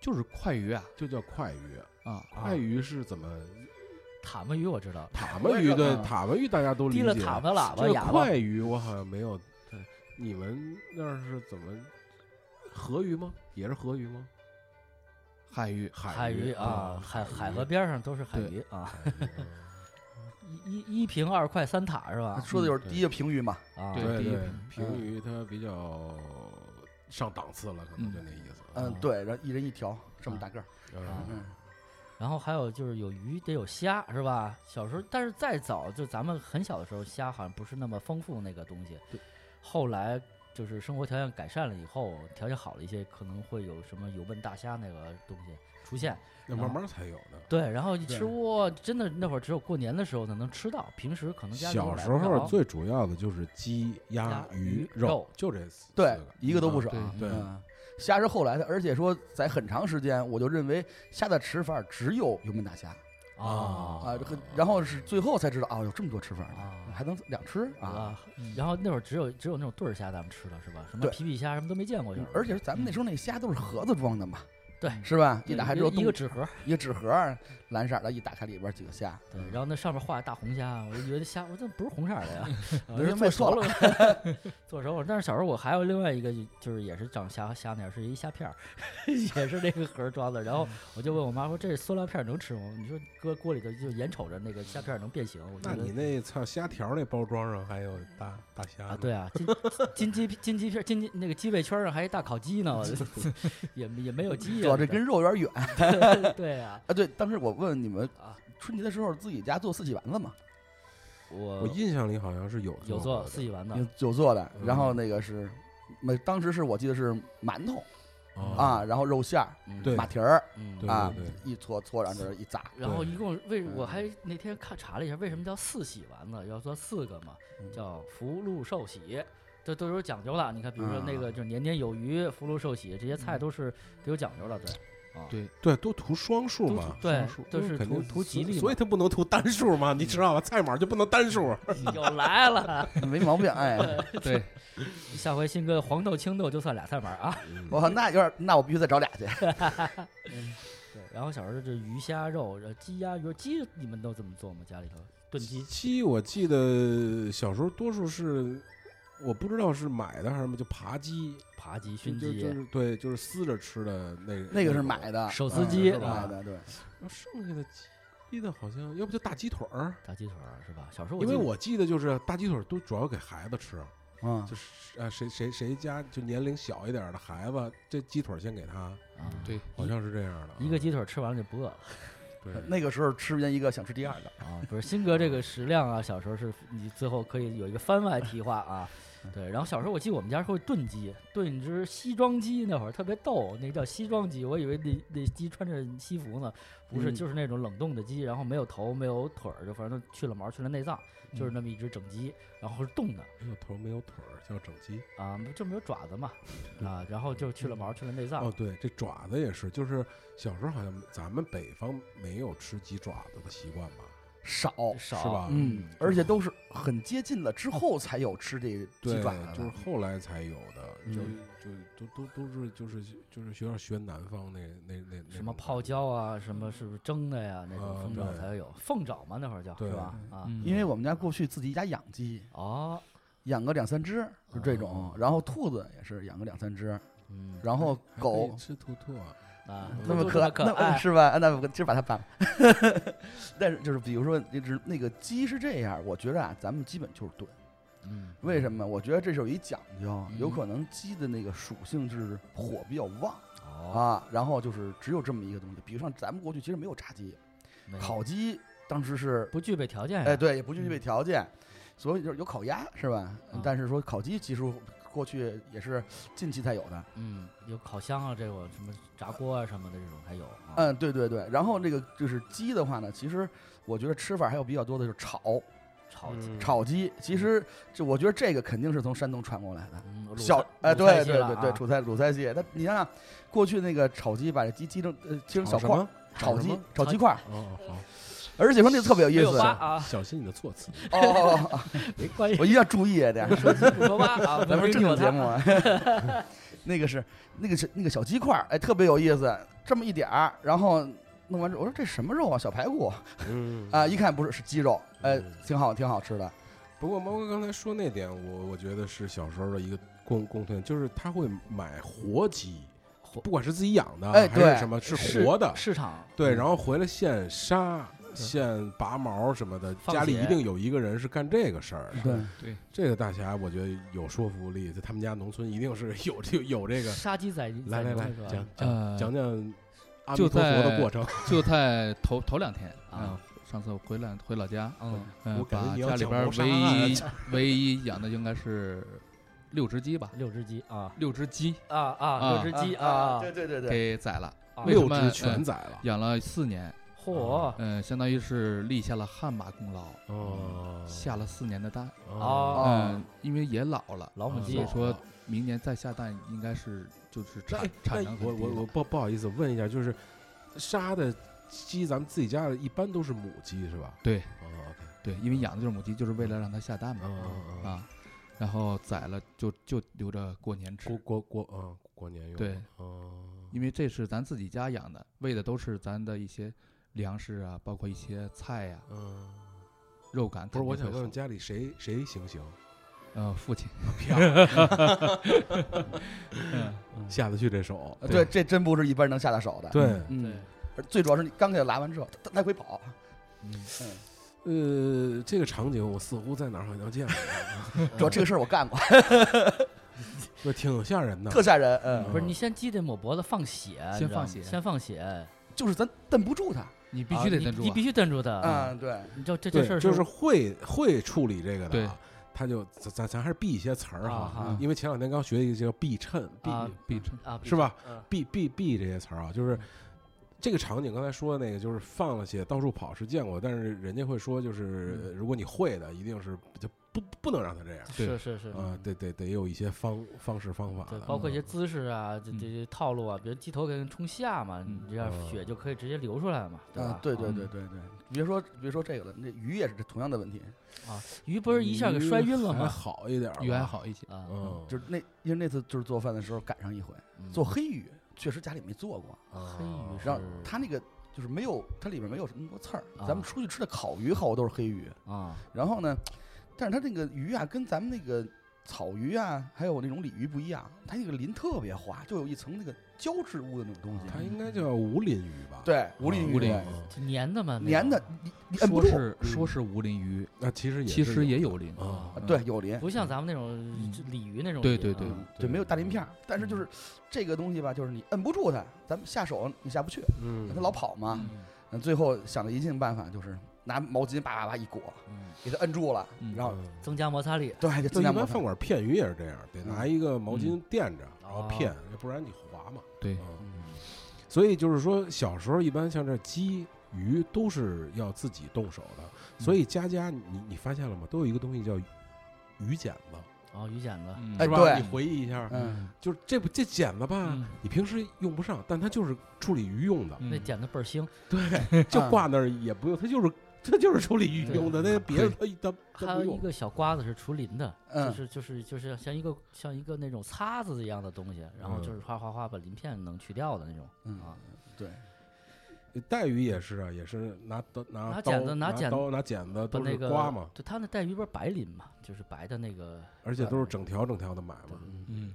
就是块鱼啊
就叫块鱼。
啊，
块鱼是怎么？
塔目鱼我知道，
塔嘛鱼对，
啊
塔嘛鱼大家都理
提
解。
了塔巴喇
这
叭
个
哑巴
快鱼我好像没有，对你们那儿是怎么？河鱼吗？也是河鱼吗？(laughs)
海鱼，
海
鱼
鱼啊，海海河
边。
边上都是海
对
鱼啊，
海鱼嗯
一一一瓶二块三塔是吧？
(laughs) 说的就是第一个平鱼嘛，
啊，
对
对
第一
对
品，
平
嗯
鱼它比较上档次了，可能
嗯
就那意思。
嗯，对，然后一人一条，这么大个儿，
啊
嗯，
然后还有就是有鱼得有虾是吧？小时候，但是再早就咱们很小的时候，虾好像不是那么丰富那个东西。
对。
后来就是生活条件改善了以后，条件好了一些，可能会有什么油焖大虾那个东西出现。
那慢慢才有的。
对，然后一吃
对
哇，真的那会儿只有过年的时候才能吃到，平时可能家里都
小
买
时
不
候
着
最主要的就是鸡、鸭
鸭、
鱼
鱼、
肉
肉，
就这四
对
四个，
一个都不少。
对
对
嗯，虾是后来的，而且说在很长时间，我就认为虾的吃法只有油焖大虾
啊
啊，很然后是最后才知道啊，有这么多吃法呢，
啊
还能两吃啊。
啊！然后那会儿只有只有那种对儿虾咱们吃了是吧？什么
对
皮皮虾什么都没见过，小时候
嗯而且嗯咱们那时候那虾都是盒子装的嘛，
对
是吧？
嗯对
一打开
一
之
个
后，
一
咚
个纸盒，
一个纸盒，蓝色的，一打开里边几个虾，
对，然后那上面画大红虾，我就觉得虾，我这不是红色儿的呀，我
人
就
卖
做
错
哦熟了，做熟了。但是小时候我还有另外一个，就是也是长虾虾那样，是一虾片儿， (laughs) 也是那个盒儿装的。然后我就问我妈说：“这塑料片儿能吃吗？”你说搁锅里头就眼瞅着那个虾片儿能变形，我觉
那你
得
那操虾条那包装上还有大大虾
啊
呢，
对啊，金金鸡金鸡片儿金鸡那个鸡背圈儿上还一大烤鸡呢，我就 (laughs) 也也没有鸡
主
呀，
要这跟肉有点远
对啊
啊。对，当时我问你们
啊，
春节的时候自己家做四喜丸子嘛，
我
我印象里好像是有
有
做
做
过
四喜丸的
有有做的，
嗯
然后那个是，那当时是我记得是馒头
的
啊，，然后肉馅儿、
嗯
对
马蹄儿
嗯
对
啊
对对，
一搓搓上这儿一
(laughs)
炸，
然后
对
一共为我
嗯
还那天看查了一下，为什么叫四喜丸子？要做四个嘛，
嗯
叫福禄寿喜，这都有讲究了。你看，比如说那
啊
个就是年年有余、福禄寿喜这些菜
嗯
都是都有讲究了，对，啊，
对
对，都图双数
都
嘛
图，对
双数
都是
肯定
图图吉利嘛
所以它不能图单数嘛，你知道吧？菜码就不能单数，
又来了，
没毛病哎。
嗯
对，
下回新哥黄豆青豆就算俩菜码啊。
我靠，那有点，那我必须再找俩去。
对，然后小时候这鱼虾肉，然后鸡鸭鱼鸡，你们都怎么做吗？家里头炖鸡
鸡我记得小时候多数是，我不知道是买的还是什么，就扒鸡，
扒鸡、
就
熏
就就
鸡，
是对，就是撕着吃的那
那个是
种
买，的，
手撕
嗯
鸡
是买
啊
的，对。
然后剩下的鸡的好像要不就大鸡腿儿。
大鸡腿儿是吧？小时候
因为
记得
我记得就是大鸡腿儿都主要给孩子吃，
嗯，
就是呃谁谁谁家就年龄小一点儿的孩子，这鸡腿儿先给他，
啊，
对， (laughs)
好像是这样的啊。啊
一个鸡腿儿吃完了就不饿了。
对
那个时候吃见一个想吃第二个，
啊，不是新哥这个食量啊，小时候是你最后可以有一个番外题化啊。
嗯
(laughs) 对，然后小时候我记得我们家会炖鸡，炖一只西装鸡，那会儿特别逗，那个叫西装鸡，我以为那那鸡穿着西服呢，不是，
嗯
就是那种冷冻的鸡，然后没有头没有腿儿，就反正去了毛去了内脏，就是
嗯
那么一只整鸡，然后是冻的
没有哎头没有腿儿叫整鸡。
啊，就没有爪子嘛啊，然后就去了毛去了内脏
嗯哦，，对，这爪子也是，就是小时候好像咱们北方没有吃鸡爪子的习惯吧？
少，
少
是吧
嗯，而且都是很接近了之后才有吃这
对
鸡爪，
就是后来才有的，就
嗯
就都都都是就是就是学校学南方那那那那
什
种
么
感
泡
觉
椒啊，什么是不是蒸的呀？那种
啊
凤爪
嗯对
才有，凤爪嘛那会儿叫
对
是吧？啊，
嗯
因为我们家过去自己家养鸡，
哦，
养个两三只，就这种
哦。
然后兔子也是养个两三只，
嗯，
然后
还可以
狗
吃兔兔啊，
啊，
那么
哎兔兔
可
这
爱，
可
那嗯
爱
是吧？啊那我今儿把它办了。 (laughs) 但是就是比如说那只那个鸡是这样，我觉得啊，咱们基本就是炖。
嗯，
为什么？我觉得这是有一讲究，有
嗯
可能鸡的那个属性是火比较旺。
哦，
啊，然后就是只有这么一个东西，比如像咱们过去其实没有炸鸡，
没有
烤鸡当时是，
不具啊嗯备条件呀，
哎，对，也不具备条件，所以就是有烤鸭是吧
啊？
但是说烤鸡其实过去也是近期才有的，
嗯，有烤箱啊，这个什么炸锅啊什么的这种还有啊，
嗯，对对对。然后这个就是鸡的话呢，其实我觉得吃法还有比较多的就是炒
炒
嗯
鸡，
炒鸡，其实就我觉得这个肯定是从山东传过来的。
嗯，鲁
小
菜
哎，
鲁
对对
菜系了
对对，
啊
楚菜鲁菜系，它你想想，过去那个炒鸡把这鸡鸡成呃切成小
哦什
块儿
么，？
炒
什
鸡
么
炒鸡块儿，
哦哦好，
而且说那个特别有意
六
思，
八啊，
小心你的措辞。
哦哦，哦
没关系
我，一定要注意啊，这样
六八啊，
咱们是
不
正经
要盯着
节
它
目啊。 (laughs) 那个是那个是那个小鸡块儿，哎，特别有意思，这么一点儿，然后弄完之后，我说这什么肉啊？小排骨
嗯
啊，一看不是是鸡肉，哎
嗯，
挺好，挺好吃的。
不过猫哥刚才说那点，我我觉得是小时候的一个共共同点，就是他会买活鸡，
活
不管是自己养的
哎
还
对
是什么，是嗯
市
活的，
市场
对，然后回来现杀、现拔毛什么的，
放
家里
血
一定有一个人是干这个事儿的。
对，
对，
这个大侠，我觉得有说服力，在他们家农村一定是有这有这个。
杀鸡宰宰
来来
牛
来
那，个
讲
呃
讲讲讲阿弥
就
陀佛的
在
过程。
呃就在头头两天
啊
啊，上次我回来回老家，
嗯，
嗯
我，感觉
把
你要
家里
讲
边
谋
儿
杀
唯
案
一唯一养的应该是六只鸡吧，
六只鸡啊
六只鸡
啊啊，六
啊
只鸡啊
对，对对对，
给宰了，
啊
为什
六
么
只全
嗯
宰了。
养了四年，
嚯
嗯，相当于是立下了汗马功劳，
哦，
下了四年的蛋，
哦，
嗯，因为也老了，
老母
嗯
鸡
所以说明年再下蛋应该是就是
那
产产
那
量
我
很低
我
了
我不不好意思问一下，就是杀的鸡，咱们自己家的一般都是母鸡是吧？
对
哦，OK，
对，因为养的就是母鸡，就是为了让它下蛋嘛，
嗯嗯嗯，
啊，然后宰了就就留着过年
过
吃，
过过啊，过年用
对，
哦，
因为这是咱自己家养的，喂的都是咱的一些粮食啊，包括一些菜呀、
嗯，
肉感
不是，
肯定
我
会
想问问
好，
家啊里谁谁行刑，
呃，父亲， (laughs)
下得去这手？
呃对，这真不是一般人能下得手的。，
嗯对，
对
嗯，，而最主要是你刚给它拉完之后，它它它会跑。
嗯
呃，这个场景我似乎在哪儿好像见过，
主要这个事儿我干过，
那挺吓
啊
人的。
特吓人。嗯，
不是你先鸡得抹脖子放血，你
先
知道
放
吗
血
先放血，
就是咱蹬不住它。
你必须得
啊
镇住、
你你必须镇住它啊！
嗯，对，
你知道这这
对
事儿
就是会会处理这个的
对
啊，他就咱咱咱还是避一些词儿
啊
哈
哈，
因为前两天刚学一个叫避衬，避
啊
必争
啊，
是吧？
嗯
避避避这些词儿啊，就是这个场景，刚才说的那个就是放了血到处跑是见过，但是人家会说，就是呃如果你会的，一定是就不不能让他这样
对
是是是
啊，得得得有一些方方式方法
对，
的，
包括一些
嗯
姿势啊，这这些套路啊，比如鸡头给人冲下嘛，
嗯
你这样
嗯
血就可以直接流出来嘛，对
嗯
吧，？
对对
啊
对对对，别说别说这个了，那鱼也是这同样的问题。
鱼不是一下给摔晕了
还 (laughs)
吗？
好一点，
鱼还，好一些，
啊，
嗯，
就是那因为那次就是做饭的时候赶上一回，
嗯
做黑鱼确实家里没做过，
啊
黑
嗯
鱼
啊
然后
是
它那个就是没有它里边没有那么多刺儿。
啊
咱们出去吃的烤鱼好多都是黑鱼，
啊
然后呢，但是它那个鱼啊跟咱们那个草鱼啊还有那种鲤鱼不一样，它那个鳞特别滑，就有一层那个胶质物的那种东西。
啊
它应该叫无鳞鱼吧？嗯
对，无鳞
鳞
鱼，
无鳞
对
鱼，
就粘的嘛，啊那
粘的
种，
你你摁哎不
说
住。
是说是无鳞鱼，
那其实也
其实
也
也有嗯鳞，
啊，
啊
嗯
对，有鳞，
不像咱们那种就鲤鱼那种
对
鳞
对
啊。
对
嗯对，没有大鳞片儿，但是就是这个东西吧，就是你摁不住它，咱们下手你下不去，
嗯，
它老跑嘛。
嗯
那最后想了一尽办法，就是拿毛巾叭叭叭一裹，
嗯
给它摁住了，
嗯
然后
嗯
增加摩擦力。
对，就
对，
增加
一
摩
般
擦
饭。馆骗鱼也是这样，得拿一个毛巾垫着，然后
哦
骗，要不然你滑嘛。
对，
嗯，所以就是说，小时候一般像这鸡、鱼都是要自己动手的。
嗯
所以家家你你发现了吗？都有一个东西叫鱼剪子，
哦，鱼剪子，
嗯
哎
是吧？
对
你回忆一下，
嗯，
就是这不这剪子吧，
嗯
你平时用不上，但它就是处理鱼用的，
嗯
那剪子倍儿腥，
对，就挂那儿也不用，它就是它就是处理鱼
嗯对
用的，那别的它它
还
它不
有一
用。
个小瓜子是除鳞的，
嗯
就是就是就是像一个像一个那种擦子一样的东西，然后
嗯
就是哗哗哗把鳞片能去掉的那种
嗯
啊。
带鱼也是啊，也是拿刀拿
拿
刀
剪子拿
拿
剪
刀拿剪子
把
都
那
是
个
刮嘛，
对，它那带鱼不是白鳞嘛，就是白的那个，
而且都是整条整条的买
对
嘛。
对
嗯，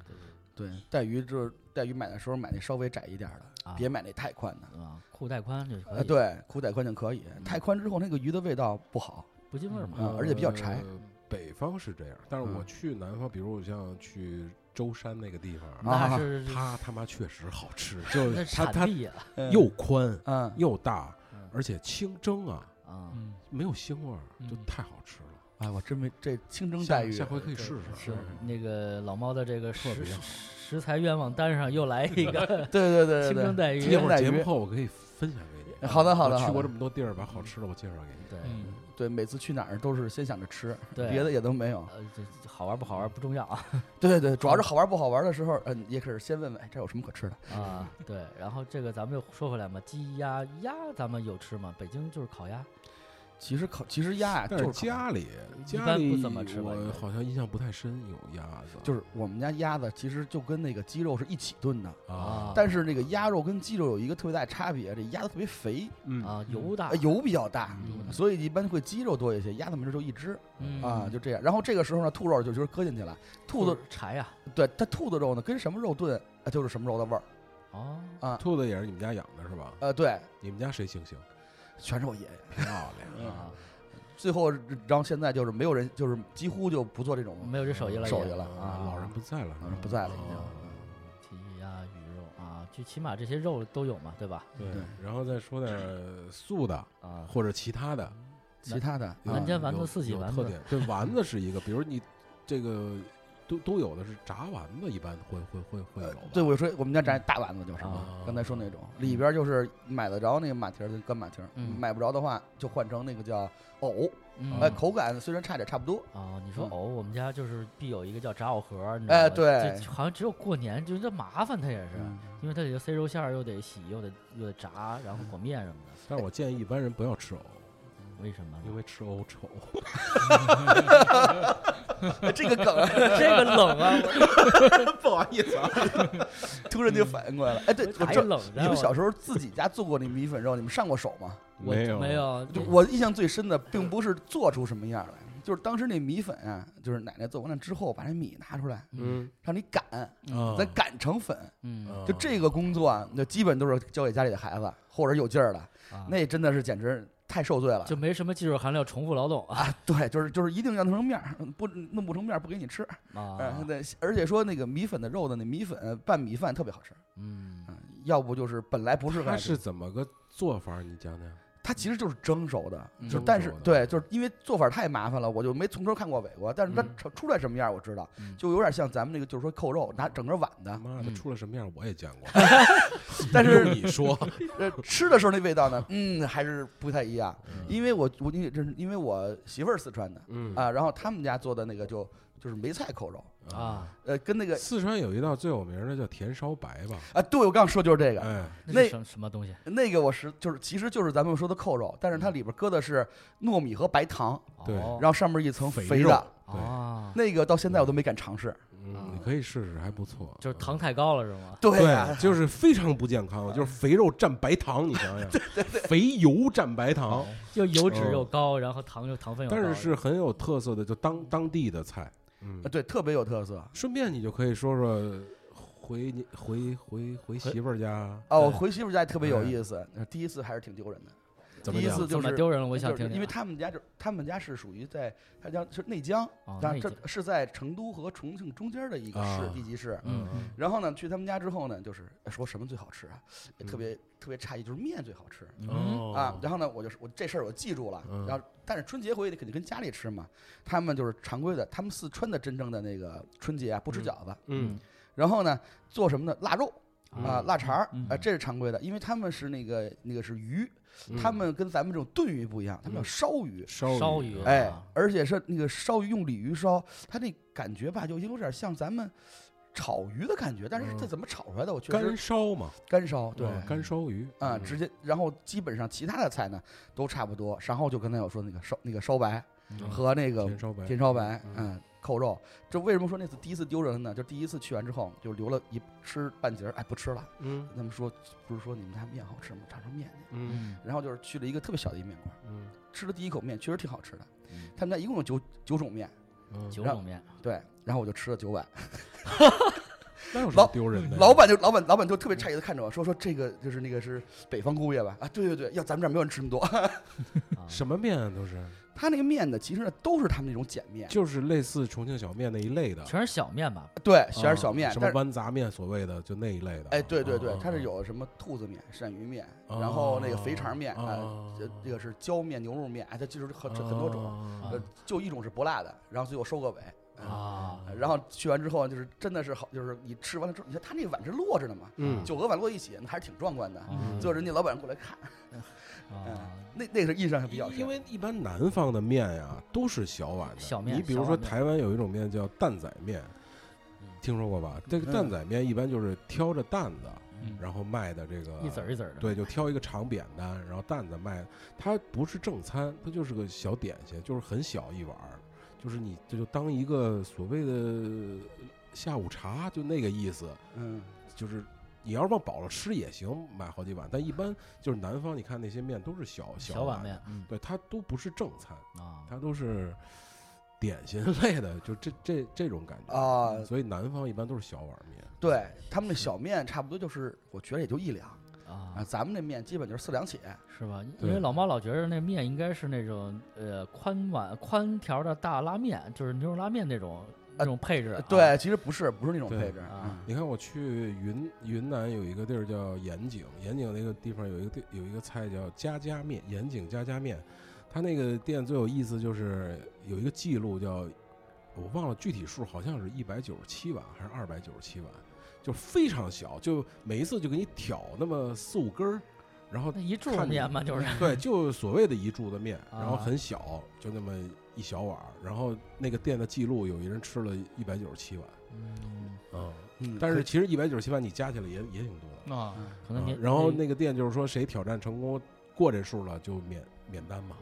对
对，带鱼就是带鱼买的时候买那稍微窄一点儿的，
啊
别买那太宽的。
对啊，裤带宽就可
呃，
以，
对，裤带宽就可以，太宽之后那个鱼的味道不好。
不进味儿嘛。
嗯而且比较柴
呃北方是这样，但是我
嗯
去南方，比如我像去舟山那个地方，
啊
那是
它他妈确实好
(laughs)
吃，就
那
是
是
它它
产地啊，
嗯
又宽
嗯，
又大
嗯，
而且清蒸啊
啊，
嗯
没有腥味儿，
嗯
就太好吃了。
哎，我真没这清蒸
下
带鱼，嗯
下回可
(laughs)
以试啊试。
是那个老猫的这个
特
食
别好
食材愿望单上又来一
(laughs)
个
对对对对
清
对，
蒸带鱼，
一会儿
带
节
(laughs)
目
鱼
后我可以分享给你。
(laughs)
啊
好的好的
我去
好
过
的
这么多地儿，把好吃的我介绍给你。
对
嗯
对，每次去哪儿都是先想着吃，
对
别的也都没有。
呃，这这好玩不好玩不重要啊
对对对，主要是好玩不好玩的时候，嗯，也可是先问问，哎，这有什么可吃的？
啊，对。然后这个咱们又说回来嘛，鸡鸭鸭咱们有吃吗？北京就是烤鸭，
其实烤，其实鸭呀，
但
就是是烤
家里
一
家
般
里
不怎么吃吧应
我
该
好像印象不太深，有鸭子
就是我们家鸭子，其实就跟那个鸡肉是一起炖的，
啊，
但是那个鸭肉跟鸡肉有一个特别大的差别，这鸭子特别肥，
嗯
啊，油大
呃，油比较大，
嗯
所以一般会鸡肉多一些，鸭子没准就一只
嗯
啊，就这样。然后这个时候呢，兔肉就就是搁进去了，兔子
是柴呀，
对它兔子肉呢跟什么肉炖，啊就是什么肉的味儿
哦，
啊。
兔子也是你们家养的是吧？
呃，对，
你们家谁姓邢？
全是我爷爷。
漂亮。
啊，
最后，然后现在就是没有人，就是几乎就不做这种
没有这手艺了也，
手艺了
啊，
老人不在了，
老人不在了已经
哦
鸡鸭鱼肉啊，就起码这些肉都有嘛，对吧？
对
对，
然后再说点素的
啊，
或者其他的，
其他的
有
南
啊
煎丸子
有
四喜
有
丸
特
子
点。对，丸子是一个，比如你这个都都有的是炸丸子，一般会会会会有吧。
对，我说我们家炸大丸子就是嘛
啊
刚才说那种，里边就是买得着那个马蹄儿的干马蹄儿，
嗯
买不着的话就换成那个叫藕，
嗯
哎，口感虽然差点差不多，
哦，你说
嗯
藕，我们家就是必有一个叫炸藕盒儿，你知
哎
道吗
对
这好像只有过年，就是这麻烦它也是，
嗯
因为它得塞肉馅儿，又得洗，又得又得炸，然后裹面什么的。
但是我建议一般人不要吃藕，
嗯
为什么呢？
因为吃藕丑。
这个梗啊
(laughs) 这个冷啊，
不好意思啊， (laughs) 突然就反应过来了。哎，对，
我
我
还
这
冷着。
你们小
时
时候自己家做过那米粉肉，你们上过手吗？
我
没有
没有，嗯
就
这
我印象最深的，并不是做出什么样来，就是当时那米粉啊，就是奶奶做完了之后，把那米拿出来，
嗯
让你擀，
啊，
再擀成粉。
嗯，
啊
就这个工作啊，那基本都是交给家里的孩子，或者有劲儿的，
啊
那真的是简直太受罪了
就。没什么技术含量，重复劳
(laughs)
动啊
啊，对，就是就是一定要弄成面儿，不弄不成面儿不给你吃。
啊
嗯，，对，而且说那个米粉的肉的那米粉呃拌米饭特别好吃，
嗯
嗯，要不就是本来不是很
它
爱吃
是怎么个做法儿？你讲讲。
它其实就是蒸熟的，
嗯
就但是
蒸熟的
对，就是因为做法太麻烦了，我就没从头看过尾过。但是它
嗯
出出来什么样我知道，
嗯
就有点像咱们那个，就是说扣肉
嗯
拿整个碗的，
妈的，
嗯
出了什么样我也见
(laughs)
过，
但
用
是
你说，
(laughs) 呃吃的时候那味道
(laughs)
呢，嗯，还是不太一样。
嗯
因为我我因为这是因为我媳妇儿四川的
嗯
啊，然后他们家做的那个就就是梅菜扣肉，
啊，
呃，跟那个
四川有一道最有名的叫甜烧白吧？
啊，对我刚说就是这个，
哎，
那
那
是什什么东西？
那个我是就是其实就是咱们说的扣肉，但
嗯
是它里边搁的是糯米和白糖，
对
哦
然后上面一层
肥
肥
肉
的，
对
啊，
那个到现在我都没敢尝试。
嗯，你可以试试，还不错。
就是
嗯
糖太高了是吗？
对啊呀
对，就是非常不健康，就是肥肉蘸白糖，你想
(laughs)
想，肥油蘸白糖，
哦
又油脂
嗯
又高，然后糖又糖分又高，
但是是很有特色的，就当当地的菜。嗯
啊，对，特别有特色。
顺便你就可以说说回你回回回媳妇儿家
哦，我
对嗯
回媳妇家也特别有意思，呃第一次还是挺丢人的。
怎么
第一
讲
次就
哎怎么
是哎
丢人了？我想
就是
听听，
因为他们家就他们家是属于在他家是内江，
哦
但
内
这
江
是在成都和重庆中间的一个
啊
市地级市。
嗯嗯
然后呢，去他们家之后呢，就是哎说什么最好吃啊？
嗯
特别特别诧异，就是面最好吃
嗯
哦
啊。然后呢，我就是我这事儿我记住了
嗯。
然后但是春节回去肯定跟家里吃嘛，他们就是常规的，他们四川的真正的那个春节啊，不吃
嗯
饺子，
嗯
然后呢做什么呢？腊肉。啊，
嗯
腊肠儿
嗯
啊，这是常规的，因为他们是那个那个是鱼，
嗯
他们跟咱们这种炖鱼不一样，他们
嗯
叫烧鱼，
烧
烧鱼
啊
哎
啊，
而且是那个烧鱼用鲤鱼烧，它那感觉吧，就有点像咱们炒鱼的感觉，但是
嗯
这怎么炒出来的？我确
干
实
烧嘛，
干烧，对，
啊干烧鱼
啊，直接，然后基本上其他的菜呢都差不多，然后就刚才我说那个烧那个烧白
嗯
和那个
甜烧白，
甜烧白，
嗯
嗯，扣肉，这为什么说那次第一次丢人呢？就第一次去完之后就留了一吃半截儿，哎，不吃了。
嗯
他们说不是说你们家面好吃吗？尝尝面去。
嗯
然后就是去了一个特别小的一面馆，
嗯
吃了第一口面，确实挺好吃的。
嗯
他们家一共有九九种面，
嗯，
九
然
种面，
对，然后我就吃了九碗。
那有什么
老
丢人的呀？
老板就老板老板就特别诧异的看着
嗯
我说说这个就是那个是北方姑爷吧？啊，对对对，要咱们这儿没有人吃那么多。 (laughs)
啊
什么面啊都是，
他那个面呢，其实呢都是他们那种碱面，
就是类似重庆小面那一类的，
全是小面吧？
对，全
啊
是小面，
什么
但是。
豌杂面所谓的就那一类的。
哎，对对对
啊，
它是，有什么兔子面、鳝鱼面，
啊
然后那个肥肠面
啊
啊，这这个是椒面、牛肉面，哎，它其实很很多种，
啊
呃，就一种是不辣的，然后所以我收个尾，嗯
啊，
然后去完之后，就是真的是好，就是你吃完了之后，你看他那碗是摞着的嘛，
嗯，
九个碗摞一起，那还是挺壮观的。
嗯
最后人家老板过来看，
啊，
嗯
那那是印象还比较深。
因为一般南方的面呀都是小碗的，
小面
你比如说
小碗面
台湾有一种面叫蛋仔面
嗯，
听说过吧？这个蛋仔面一般就是挑着蛋子，
嗯
然后卖的这个
一籽儿一籽儿的，
对，就挑一个长扁担，然后担子卖。它不是正餐，它就是个小点心，就是很小一碗儿，就是你这就当一个所谓的下午茶，就那个意思。
嗯，
就是你要是往饱了吃也行，买好几碗。但一般就是南方，你看那些面都是小
小
碗
碗，面，嗯
对，它都不是正餐，
啊，
它都是点心 (laughs) 类的，就这这这种感觉
啊
所以南方一般都是小碗面。
对他们那小面差不多就是，我觉得也就一两啊，
啊，
咱们那面基本就是四两起。
是吧？因
对
为老猫老觉得那面应该是那种呃宽碗宽条的大拉面，就是牛肉拉面那种那种配置啊。
对，其实不是，不是那种
对
配置嗯
啊
你看我去云云南有一个地儿叫盐井，盐井那个地方有一个地有一个菜叫家家面，盐井家家面，它那个店最有意思就是有一个记录叫，我忘了具体数，好像是一百九十七碗还是二百九十七碗，就非常小，就每一次就给你挑那么四五根儿，然后
那一柱
看你
面嘛，就是
对，就所谓的一柱子面，然后
啊
很小，就那么一小碗儿，然后那个店的记录有一人吃了一百九十七碗，
嗯
嗯。
嗯，
但是其实一百九十七万你加起来也也挺多的。
啊，
嗯可能
啊
你
然后那个店就是说谁挑战成功过这数了就免免单嘛。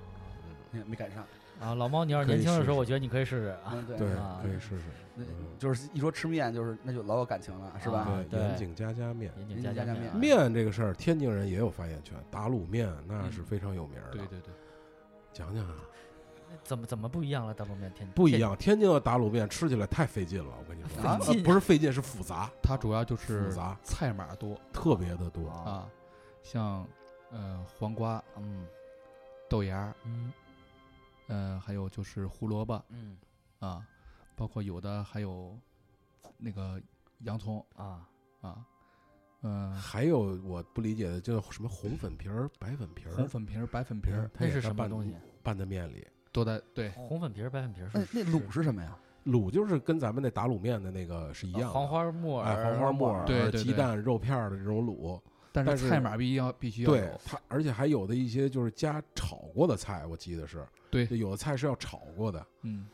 没没赶上，
啊，老猫，你要是
可以
年轻的
试
时候，
试
我觉得你可以试试啊。
嗯，对
对
啊，
可以试试，
那
嗯
就是一说吃面，就是那就老有感情了，是
啊
吧？
对，
对
盐井家家面
严
严谨
谨
加
加
加
加面
面啊
面这个事儿，天津人也有发言权。打卤面那是
嗯
非常有名儿的，
对对对，
讲讲啊，
怎么怎么不一样了？大卤面天
不一，样。天津的打卤面吃起来太费劲了，我跟你说，
啊
呃不是费劲，是复杂，
它主要就
复
是
杂，
菜码多
特别的多。
啊
啊，像呃黄瓜、
嗯
豆芽儿，
嗯
嗯、还有就是胡萝卜
嗯
啊，包括有的还有那个洋葱
啊，
啊，嗯、
还有我不理解的，就是什么红粉皮儿、白粉皮儿，
红粉皮儿、白粉皮儿
嗯它
那
也
是
在
什么
拌
东西？啊
拌在面嗯里。
都在对
红粉皮儿、白粉皮儿
那
是
哎那卤是什么呀？
卤就是跟咱们那打卤面的那个是一样的，
呃黄花木
哎，
耳、
黄花木耳、
对对
鸡
对
蛋、肉片儿的这种卤，
但
但
是
是
菜码必须要必须要
对
有，
它，而且还有的一些就是加炒过的菜，我记得是，
对
就有的菜是要炒过的，
嗯，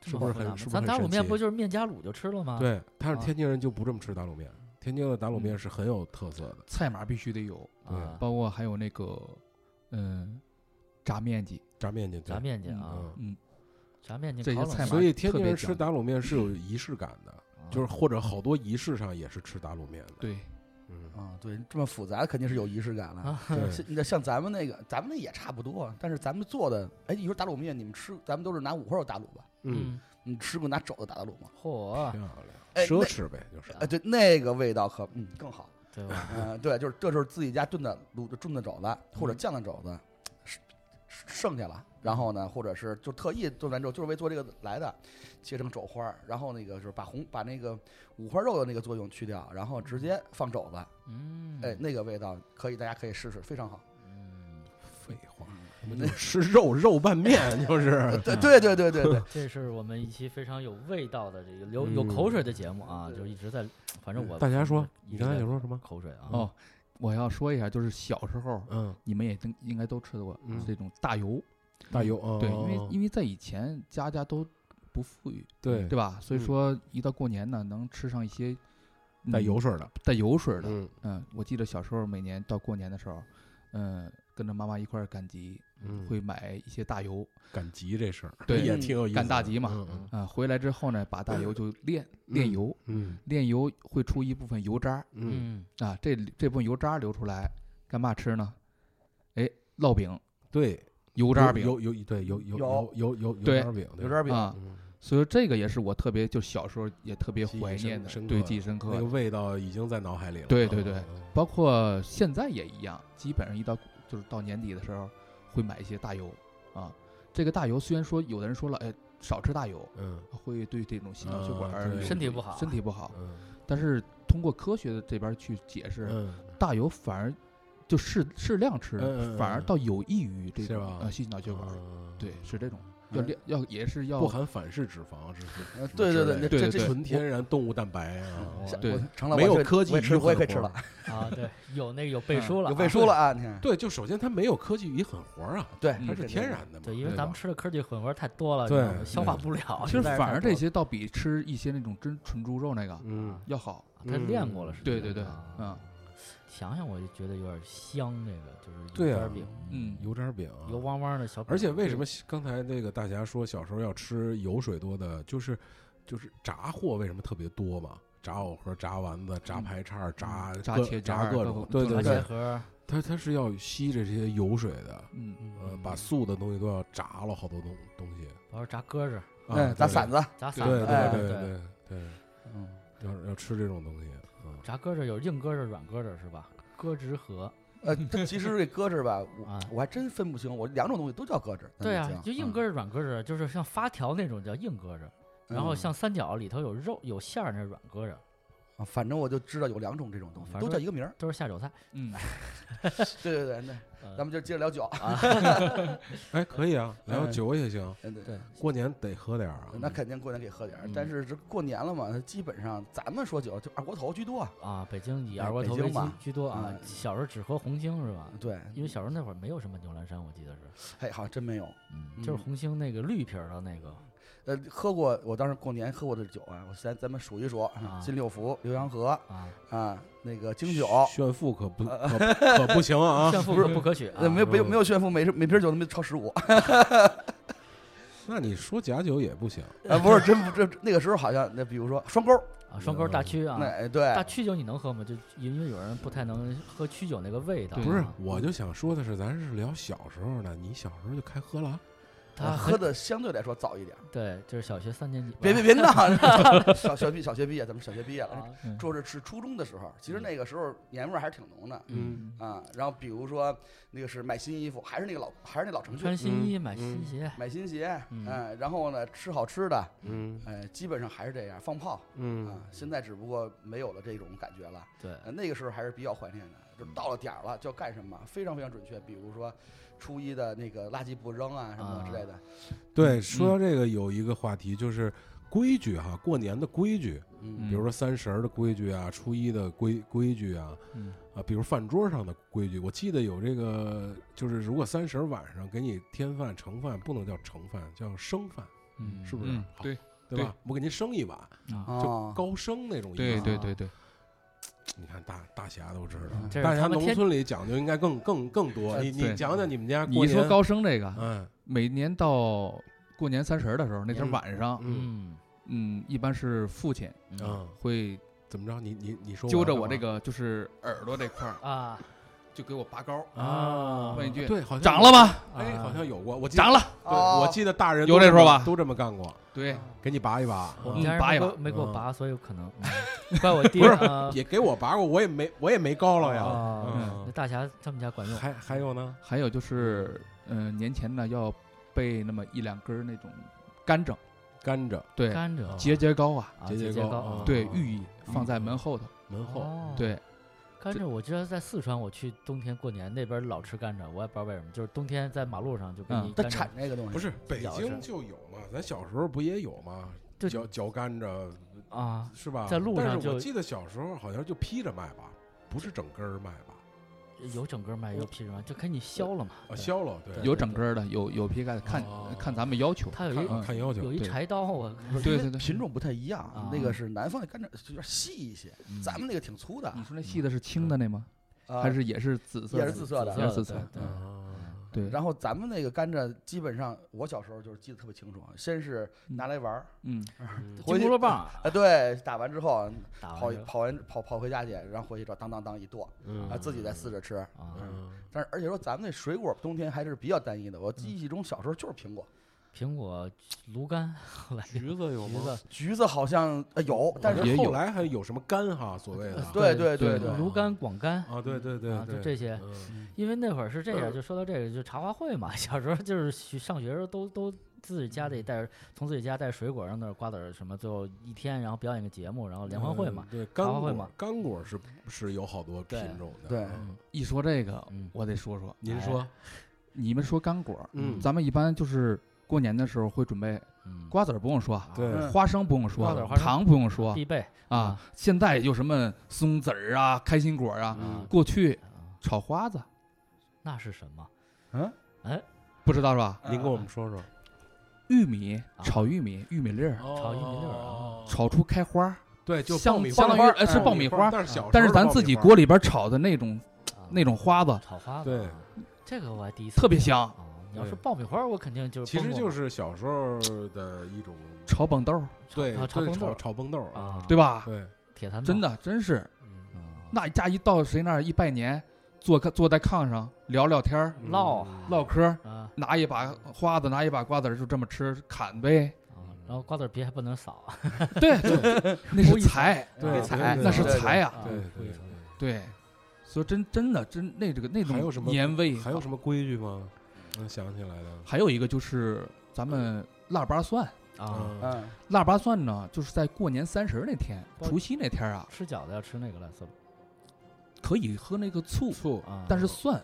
这
是
么
不是
复
很
杂吗
是不是
咱
很
打卤
神
面
奇
不就是面加卤就吃了吗？，
对，但是
啊
天津人就不这么吃打卤面，天津的打卤面
嗯
是很有特色的，
菜码必须得有，
对
啊，
包括还有那个嗯炸面筋，
炸面筋，对
炸面筋
嗯
啊，
嗯，
炸面筋
这些
烤冷
菜
面
码
所以天
特
津
别
人吃
讲究
打卤面是有仪式感的，
啊
就是或者好多仪式上也是吃打卤面的，
对，
嗯，
啊，对，这么复杂肯定是有仪式感了。 (laughs)
对嗯
像你像咱们嗯那个，咱们那也差不多，但是咱们做的，哎，你说打卤面，你们吃，咱们都是拿五花肉打卤吧？
嗯，，
你吃过拿肘子打的卤吗？
漂
嚯，
(laughs) 亮，
哎
奢
那
侈呗，就是
哎，对，那个味道可嗯更好。
啊对吧？
嗯、对，就是这就是自己家炖的卤的炖的肘子，或者
嗯
酱的肘子，是是剩下了，然后呢，或者是就特意炖完之后，就是为做这个来的，切成肘花儿，然后那个就是把红把那个五花肉的那个作用去掉，然后直接放肘子，
嗯，
哎，那个味道可以，大家可以试试，非常好。。
嗯，
废话，他们就吃肉肉拌面就是
嗯
对对对对对对，
这是我们一期非常有味道的这个流
嗯
有口水的节目啊，
对
就是一直在，反正我
大家说，
呃一
你
直
刚才
在
想说什么？
口水啊，
哦，我要说一下，就是小时候
嗯，
你们也应应该都吃过
嗯
这种大哦油，
大油啊，
对，因为因为在以前家家都不富裕，
对
对吧？所
嗯
以说一到过年呢，能吃上一些
带
嗯
油水的，
带油水的。
嗯
嗯，我记得小时候每年到过年的时候，嗯，跟着妈妈一块儿赶集，
嗯
会买一些大油，
赶集这事儿，
对
也挺有意思的，
赶大集嘛
嗯嗯
啊，回来之后呢，把大
(clears throat)
油就炼炼
嗯
油，
嗯
炼油会出一部分油渣儿
嗯，
嗯，
啊，这这部分油渣儿流出来干嘛吃呢？哎，烙饼、
对，
油
油
渣饼，
有有对有有
有
有有有
对
油渣饼，
有点饼，
啊，
嗯
所以说这个也是我特别就小时候也特别
记忆
怀
深
念的，
深
对
刻哎
记忆
的
深刻
那个
的，
味道已经在脑海里了，
对对对
嗯，
包括现在也一样，基本上一到就是到年底的时候会买一些大油啊。这个大油虽然说有的人说了，哎，少吃大油
嗯
会对这种心脑血
啊
管
对
儿、
身体不好
身体不好，
嗯
但是通过科学的这边去解释，
嗯
大油反而就适适量吃，
嗯嗯
反而
嗯
倒有益于这
是
种
吧
呃心脑血管儿。
嗯
对，是这种，
嗯
要量要也是要
不含反式脂肪，这是
呃对对
对
对，这
对
这
对
纯天然动物蛋白
(laughs)
啊，
我
这
对
我成了
没
我
有
这
科技
我也吃
鱼
我也
很
可以吃
活
了，
哦啊，对，有那个有
嗯
背书了啊，
有背书了啊，你看，
对，就首先它没有科技鱼很活儿啊，
对，
嗯
它
这
是
个
天然的嘛，
对，因为
对
咱
吧
们吃的科技混合太多了，
对嗯
你知道吗消化不了。
其实
实在是
反而
太多
这
了
些倒比吃一些那种真纯猪肉那个
嗯。
要好。
他
嗯
练过了，是
对
吧
对对，嗯
啊想想我就觉得有点香，这个就是
对
油
啊
干饼，
嗯
油渣饼、啊，
油汪汪的小饼，
而且为什么刚才那个大侠说小时候要吃油水多的，就是就是炸货为什么特别多嘛？炸藕盒、炸丸子、炸排叉、炸
炸
各
茄
炸
汁儿
各
各
种
种，
对对
炸
炸
茄
对
对，
盒，
它它是要吸着这些油水的，
嗯，
呃，把素的东西都要炸了好多东东西
包括炸鸽子、
啊，
嗯，咱
对
馓，子，
炸馓
对
子，啊
对
哎
对
对，
对对，
嗯，
要要吃这种东西，嗯，
炸鸽子有硬鸽子、软鸽子是吧？鸽直盒，
呃，这其实这搁置吧，
啊
我我还真分不清，我两种东西都叫搁置。咱嗯
对
北
啊
京，
就硬鸽子、软鸽子，就是像发条那种叫硬鸽子，然后
嗯
像三角里头有肉有馅儿，那是软搁着，
啊反正我就知道有两种这种东西，
反
都
正
叫一个名儿。
都是下酒菜。
嗯，
对对对，那
呃
咱们就接着聊酒。
哎，可以啊，聊
嗯
酒也行，
嗯对
对
过年得喝点儿啊。
那肯定过年给喝点儿，但
嗯
是这过年了嘛，基本上咱们说酒就二锅头居多啊。
啊，北京以
哎
二锅
北
头为
京
居
嘛
居多啊
嗯。
小时候只喝红星是吧？
对，
因为小时候那会儿没有什么牛栏山，我记得是，
哎，好像真没有。
嗯，就
嗯
是红星那个绿瓶儿的那个
呃，喝过，我当时过年喝过的酒啊，我咱咱们数一数
啊
金六福、浏阳河
啊，
啊，那个京酒，
炫富可不可可不行
(laughs)
啊！
炫富
不
可
是
不可取啊
呃，。没有没有
嗯
没有炫富，每每瓶酒都没超
(laughs)
十五
那你说假酒也不行，
啊，不是真不这那个时候好像那比如说双沟，
啊，双沟大曲啊
那，哎对，
大曲酒你能喝吗？就因为有人不太能喝曲酒那个味道啊。
对
不是嗯
啊？
我就想说的是，咱是聊小时候的，你小时候就开喝了，啊
他
我
很啊
喝的相对来说早一点。
对，就是小学三年级吧。
别别别闹！小学毕小学毕业，咱们小学毕业了，
啊，
说是是初中的时候，其实
嗯
那个时候年味儿还是挺浓的
嗯
啊。然后比如说那个是买新衣服，还是那个老还是那老程序
穿，新衣
嗯
买新
嗯
鞋，
买新鞋，
嗯
嗯，然后呢吃好吃的，
嗯
呃，基本上还是这样放炮
嗯
啊。现在只不过没有了这种感觉了，
对，
呃那个时候还是比较怀念的，就是到了点儿了就要干什么，非常非常准确。比如说初一的那个垃圾不扔啊什么之类的，
对，说到这个有一个话题就是规矩哈，过年的规矩，
嗯
比如说三十儿的规矩啊，初一的规规矩啊，
嗯
啊，比如饭桌上的规矩，我记得有这个，就是如果三十儿晚上给你添饭盛饭，不能叫盛饭，叫生饭，
嗯，
是不是
嗯，
好
对
对吧？我给您升一碗，
啊，
啊，
嗯高升那种意思。
对对
啊
对对，
你看大大侠都知道
嗯，
这是
大侠
他们
农
天
村里讲究应该更更更多。
呃
你你
对
讲讲你们家
你
过
一说
年，
高升这个，
嗯
每年到过年三十儿的时候，那天
嗯
晚上，
嗯
嗯
嗯，一般是父亲
嗯，
会
怎么着？你你你说
揪着
完
我
了
这
吗
个就是耳朵这块儿，
啊
就给我拔高，
啊，
问一句
对，好像
长了吧？
有？哎，好像有过，我记得嗯
长。了，
对，
哦
我记得大人
有
都
这
这
说
么
吧
都这么干过，
对，
给你拔一拔。
我
嗯
们家人
拔
没
一
给
把
我没给我
嗯
拔，所以可能嗯怪我爹
不是
啊
也给我拔过，我也没我也没高了呀。
啊那
嗯，
大侠他们家管用
还还有呢？
还有就是，嗯、年前呢要备那么一两根儿那种甘蔗，
甘蔗
对，
甘蔗
啊
节节高啊，
啊，
节
节
节高
高
啊，嗯
对
哦，
寓意放在门后头，
门后，
哦，
对，
甘
这
蔗，我知道在四川，我去冬天过年那边老吃甘蔗，我也不知道为什么，就是冬天在马路上就给
嗯
你
他
甘蔗
产，这个东西
不是北
咬
京
着
就有嘛？咱小时候不也有嘛？
就
嚼嚼甘蔗，
啊，
是吧？
在路
但
上
是我
就
记得小时候好像就劈着卖吧，不是整根儿卖吧？
有整个卖，有皮嘛，就给你削了嘛。
啊，
对
削了，对，
有整根儿的，有有劈开的，看、
哦
看咱们要求。
它有一
看
嗯
看要求
有。一
对
柴刀，我
不是
对
因为
对对
品种不太一样
啊，
那个是南方的甘蔗有点细一些，咱们那个挺粗的，
你说那细的是青的那
嗯
吗？嗯
啊
还是也是紫色
也
的？
是紫色的啊
紫
紫
色
色
的
的
对对
啊
对，
然后咱们那个甘蔗，基本上我小时候就是记得特别清楚，啊先是拿来玩儿，
嗯，
金
回
箍
去
棒棒
啊，对，打完之后
打
跑
完之后
跑完跑跑回家去，然后回去找当当当一剁，
嗯
啊，自己再撕着吃。
啊，
嗯
但是而且说咱们那水果冬天还是比较单一的，我记忆中小时候就是苹果，
苹果、芦柑，后来橘
橘子有吗？
子、
橘子好像呃有，但是
也
后
有
来还有什么柑哈，所谓的
对
对
对
对对，
芦柑、广柑，
啊，对对对
啊，就
对，
这些。
嗯
因为那会儿是这样，就说到这个，就茶话会嘛。小时候就是学上学时候都都自己家里带，从自己家带水果，让那儿瓜子儿什么，最后一天，然后表演个节目，然后联欢会嘛。
嗯对，
茶花
干
会
果
嘛，
干果是是有好多
对
品种的。
对
嗯
一说这个，
嗯
我得说说，
您说，哎
你们说干果儿，
嗯
咱们一般就是过年的时候会准备
嗯，
瓜子儿，不用说，啊
对
嗯
花生不用说，
瓜子儿花生
糖不用说
必备
啊。现在有什么松子儿啊、开心果儿啊，
嗯
过去
啊，
炒花子，
那是什么？
嗯，
不知道是吧？
您跟我们说说，
玉米
啊
炒玉米，玉米粒儿
炒玉米粒儿啊
哦
炒出开花儿，
对，就
相
爆米
相
花
当于呃是爆米花儿，
但是小时候
但是
的
咱
爆
自
米
己
花
锅里边炒的那种
啊
那种花子
炒花子。
对
啊，这个我还第一次
特别
听
香，
哦，你要是
对
爆米花儿，我肯定就是
其实
崩
就
过
是小时候的一种
炒蹦豆儿，
对
啊炒
对
崩豆
炒
儿
炒崩豆儿
啊，
对吧？
对，
铁坛
真
的，
的真是，
嗯
那家一到谁那儿一拜年，坐炕坐在炕上聊聊天儿
烙
嗯
唠嗑儿，
啊
拿一把花子，拿一把瓜子儿，就这么吃砍呗。
啊，然后瓜子皮还不能扫，
对，对那是财，
对
采
对
那是
哎对
采
财呀。
啊
对对
对，所以真真的真那这个那
还有什
种
么
年味
对，，还有嗯什么规矩吗？能想起来的
还有一个就是咱们腊八蒜，
啊，
嗯
嗯，
腊八蒜呢，就是在过年三十那天，
包
除夕那天啊，
吃饺子要吃那个了，是吧
可以喝那个醋，
醋
啊，
但是蒜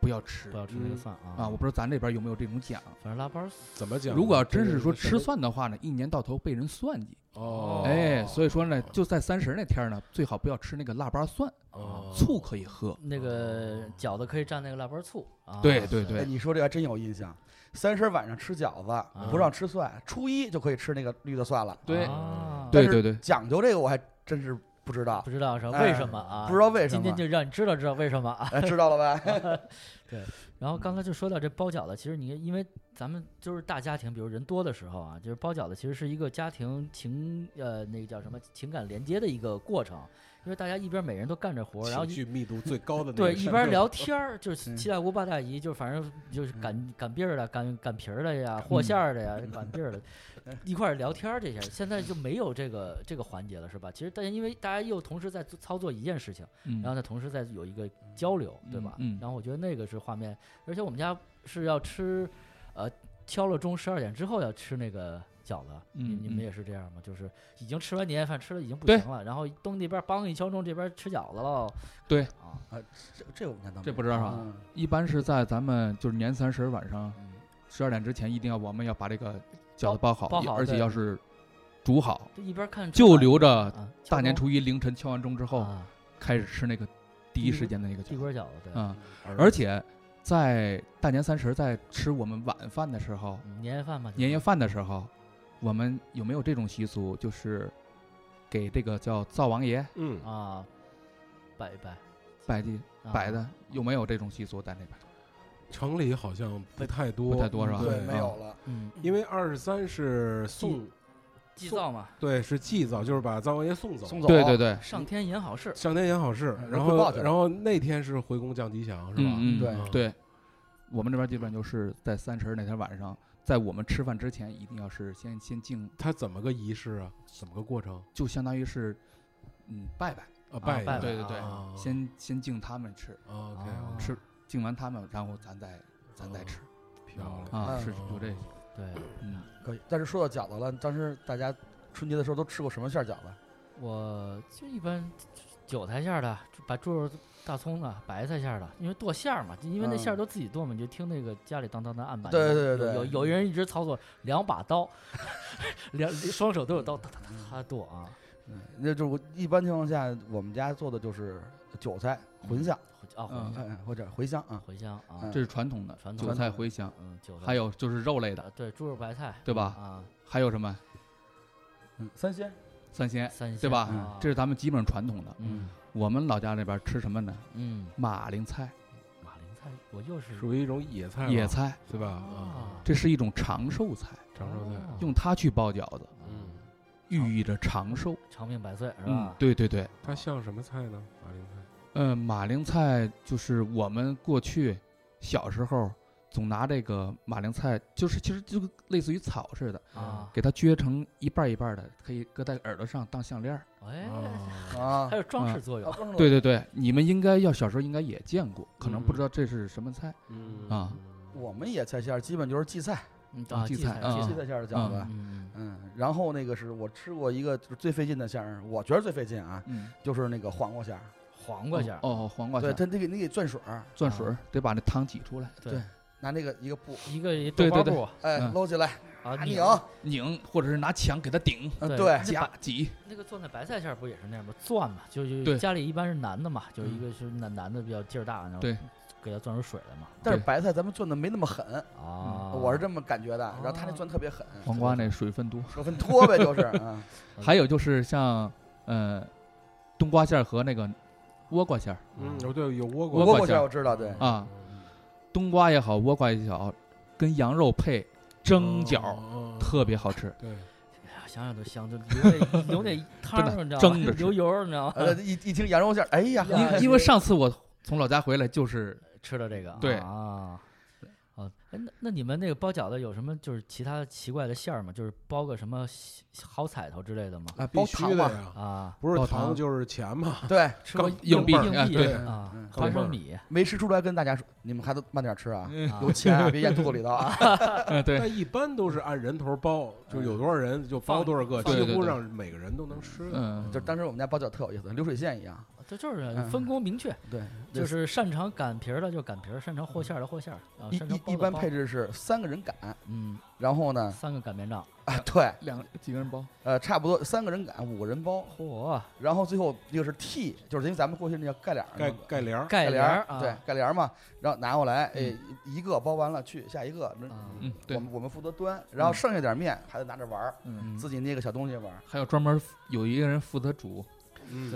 不要吃
不要吃那个
嗯
蒜啊
啊！我不知道咱这边有没有这种讲。
反正腊八儿
怎么讲呢？
如果要真
这
是
个
说
这
吃
个
蒜的话呢，一年到头被人算计，
哦，
哎，所以说呢，就在三十那天呢，最好不要吃那个腊八蒜，
哦
啊醋可以喝。
那个饺子可以蘸那个腊八儿醋啊，
对对
是
对
哎，你说这还真有印象。三十晚上吃饺子不让吃蒜，初一就可以吃那个绿的蒜了。
对
啊
对
但是
对对
讲究这个我还真是不知道
不，知道是吧
哎
为什么啊？
不知道为什
今天
么。
就让你知道知道为什么啊。
哎，知道了吧？
然后刚才就说到这包饺子，其实你因为咱们就是大家庭，比如人多的时候啊，就是包饺子其实是一个家庭情呃那个叫什么情感连接的一个过程，因为大家一边每人都干着活儿，然后
情
一
绪密度最
(laughs)
高的那
对
个
一
山
边
镇
聊天儿，就是
嗯
七大姑八大姨，就是反正就是
嗯
擀擀篦儿的、擀擀皮儿的呀、和馅儿
(laughs)
的呀、擀篦儿的，一块儿聊天儿这些，现在就没有这个这个环节了，是吧？其实大家因为大家又同时在做操作一件事情。
嗯，
然后呢，同时再有一个交流，对吧？
嗯嗯
然后我觉得那个是画面，而且我们家是要吃，呃，敲了钟十二点之后要吃那个饺子，你
嗯
你们
嗯
也是这样吗？就是已经吃完年夜饭，吃的已经不
对
行了，然后东那边梆一敲钟，这边吃饺子喽。
对
啊，
这这我们家倒没有
这不知道是吧？
嗯
一般是在咱们就是年三十晚上
嗯
十二点之前，一定要我们要把这个饺子包好，
包包好
而且
对
要是煮好，
这一边看春
就
晚
留着
啊，
大年
敲
初一凌晨敲完钟之
钟
后
啊，
开始吃那个第一时间的那个
地
饺
瓜
子
饺子，对，
啊，
嗯
而且在大年三十在吃我们晚饭的时候，
嗯年夜饭嘛，就是
年夜饭的时候，我们有没有这种习俗，就是给这个叫灶王爷
嗯
啊，拜一拜，
摆的
啊
摆的，有没有这种习俗在那边？
城里好像不太多，
不太多是吧
对
啊对，
没有了。
嗯，
因为二十三是送，
祭灶嘛，
对，是祭灶，就是把灶王爷送走。
送走
对对对，
上天言好事，
上天也好事
嗯，
然
汇报
后
去了
然后那天是回宫降吉祥，是吧？
嗯嗯
对
嗯
对，我们这边基本上就是在三十那天晚上，在我们吃饭之前，一定要是先先敬，
他怎么个仪式啊？怎么个过程？
就相当于是，嗯，拜拜，
啊，
拜
一拜，
对对对，
啊
哦
先先敬他们吃，
OK，
啊
吃敬完他们，然后咱再咱再吃
漂
哦
亮
啊，
嗯
是有这个，
对。
嗯，
可以，但是说到饺子了，当时大家春节的时候都吃过什么馅儿饺子？
我就一般韭菜馅儿的，把猪肉、大葱的、白菜馅儿的，因为剁馅儿嘛，因为那馅儿
嗯
都自己剁嘛，你就听那个家里当当当案板，
对
有
对对
有
对
有
嗯
人一直操作两把刀， (laughs) 两双手都有刀，哒哒哒哒剁啊，
嗯，那就是我一般情况下，我们家做的就是韭菜茴香，
啊茴
嗯
香
哎，或者茴香啊，
茴香啊
嗯，
这是传统的
传统
韭
的
菜茴香，
嗯，韭菜
还有就是肉类的，
啊对猪肉白菜
对吧？
啊，
还有什么
嗯，三鲜，
三鲜，
三鲜
对吧嗯
啊
这是咱们基本上传统的。
嗯
我们老家那边吃什么呢？
嗯
马铃菜、
马铃菜，我又是
属于一种野
哎
菜吧，
野菜，
对吧？啊，
啊，
这是一种长寿菜，
长寿菜，
哦
用它去包饺子，
嗯，
寓意着长寿。
长命百岁哦是
嗯
吧，？
对对对，
它像什么菜呢？马铃菜，
嗯，马铃菜就是我们过去小时候总拿这个马铃菜，就是其实就类似于草似的，
啊，
给它撅成一半儿一半儿的，可以搁在耳朵上当项链儿。
哎，
啊
啊
还，有装
啊
饰作用
啊。光是
对对对，你们应该要小时候应该也见过，可能不知道这是什么菜。
嗯
啊，
我们野菜馅儿基本就是荠菜，
嗯
啊
啊，
荠菜啊
荠
荠
菜，
菜馅儿的饺子
嗯。
嗯，
嗯，然后那个是我吃过一个就是最费劲的馅儿，我觉得最费劲啊，
嗯，
就是那个黄瓜馅儿。
黄瓜馅儿，啊
哦，哦黄瓜馅
对，
儿，
它那个你得攥水儿，
攥水儿得把那汤挤出来，
对，
拿那个一个布，
一个
对
豆花
对
布
哎，
嗯
搂起来，
啊，
拿
拧
拧，
拧或者是拿墙给它顶
哦嗯，
对
对，
夹挤。
那个攥菜白菜馅儿不也是那样吗？攥嘛，就就
对嗯
家里一般是男的嘛，就是一个是男男的比较劲儿大，然后
对
给他攥出水来嘛。
但是
对
白菜咱们攥的没那么狠，
嗯
啊，
我是这么感觉的，
啊
然后他那攥特别狠，
黄瓜那水分多，
手分脱呗，就是，嗯，
还有就是像呃冬瓜馅儿和那个倭瓜馅儿
嗯，哦对，有倭
倭
瓜
瓜
倭
馅
瓜馅
儿
儿我知道，对，
嗯
啊，冬瓜也好，倭瓜也好，跟羊肉配蒸饺，
哦，
特别好吃。
对，
哎呀想想都香，就流那
(laughs)
流那汤儿，你知道吗
蒸着？吃
流油儿，你知道吗？
(laughs) 呃，一一听羊肉馅儿，哎
嗯
呀，
呀
因因为上次我从老家回来就是
吃了这个，
对
啊，哦，哎，那那你们那个包饺子有什么就是其他奇怪的馅儿吗？就是包个什么喜好彩头之类的吗？
啊，包
必须
糖
的
嘛，
呀，
啊，
不
包
是
糖
糖就是钱嘛。
对，
吃过
钢
硬币
硬
啊
币
对
啊
嗯，
花
钢镚
生
儿
米啊
没吃出来跟大家说，你们还都慢点吃啊，
啊
有钱啊，别咽肚子里头啊。 (laughs)
嗯，对，嗯
但一般都是按人头包，就有多少人就包多少个，
放
几
对
乎
对对
让每个人都能吃的。
嗯，
就当时我们家包饺特有意思，流水线一样，
这就是
嗯
分工明确，
对，
就是擅长擀皮儿的就擀皮儿，擅长和馅儿的和馅儿，啊，
一
擅长包
一一
的
般
包
配置是三个人擀，
嗯，
然后呢，
三个擀面杖，
啊，对，
两几个人包，
呃，差不多三个人擀，五个人包，
嚯，
然后最后一个是屉，就是因为咱们过去那叫盖帘儿那
盖
嗯
个，
盖帘儿，
盖
帘
帘儿
儿，
啊，
对，盖帘儿嘛，然后拿过来，哎，一个包完了去下一个，
啊
嗯，对
我，们我们负责端，然后剩下点面还得拿着玩儿，
嗯，
嗯
自己捏个小东西玩儿。
还有专门有一个人负责煮，
嗯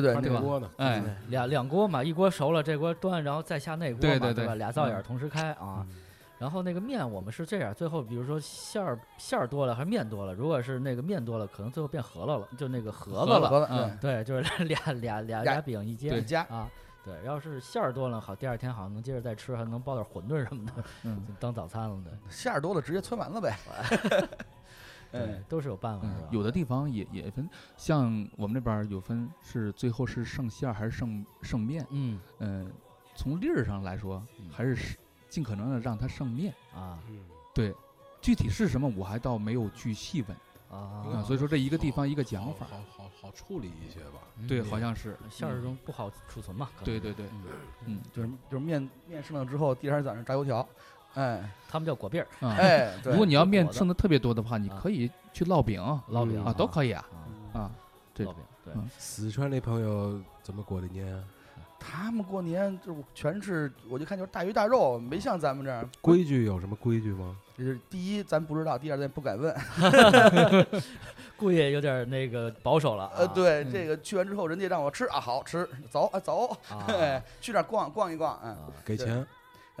对对
花
对，
这
吧
锅呢，
哎，
对两两锅嘛，一锅熟了，这锅端，然后再下那锅嘛，
对
对
对对
吧？俩灶眼儿同时开啊。
嗯
然后那个面我们是这样，最后比如说馅儿馅儿多了还是面多了，如果是那个面多了，可能最后变饸饹了，就那个盒子
饸饹
了。
盒子，
嗯
对
对，就是俩俩俩
俩
俩饼一
对
煎
加
啊。对，要是馅儿多了好，第二天好像能接着再吃，还能包点馄饨什么的， (laughs)
嗯，
就当早餐了。
馅儿多了直接汆丸
(laughs)
子呗。哎
对，对
嗯，，
都是有办法是吧？
有的地方也也分，像我们那边儿有分是最后是剩馅儿还是剩剩面，
嗯
嗯，从粒儿上来说
嗯
还是是尽可能的让它剩面，
啊
嗯
对，具体是什么我还倒没有去细问
啊哦
啊，，所以说这一
一
个地方一个讲法，
好好好处理一些吧。
对，
嗯
好像是，
馅儿
嗯
中不好储存嘛。可能
对对对，
嗯
就是就是面面剩了之后，第二天早上炸油条。哎
(laughs)
他们叫果篦儿、
啊，
哎，对
如果你要
是
面
裹的
剩的特别多的话，你
啊
可以去烙饼啊，
烙饼
都可以啊
啊，
啊，对
烙饼对。 (laughs)
嗯
四川那朋友怎么过的年啊？
他们过年就是全是，我就看就是大鱼大肉，没像咱们这
啊
样。
规矩有什么规矩吗？
就是第一咱不知道，第二咱也不敢问。
啊
故意有点儿那个保守了、啊。
呃，对，
嗯
这个去完之后，人家让我吃啊，好吃，走啊走，
啊，
哎，去那儿逛逛一逛，嗯。
(laughs)
啊
给钱，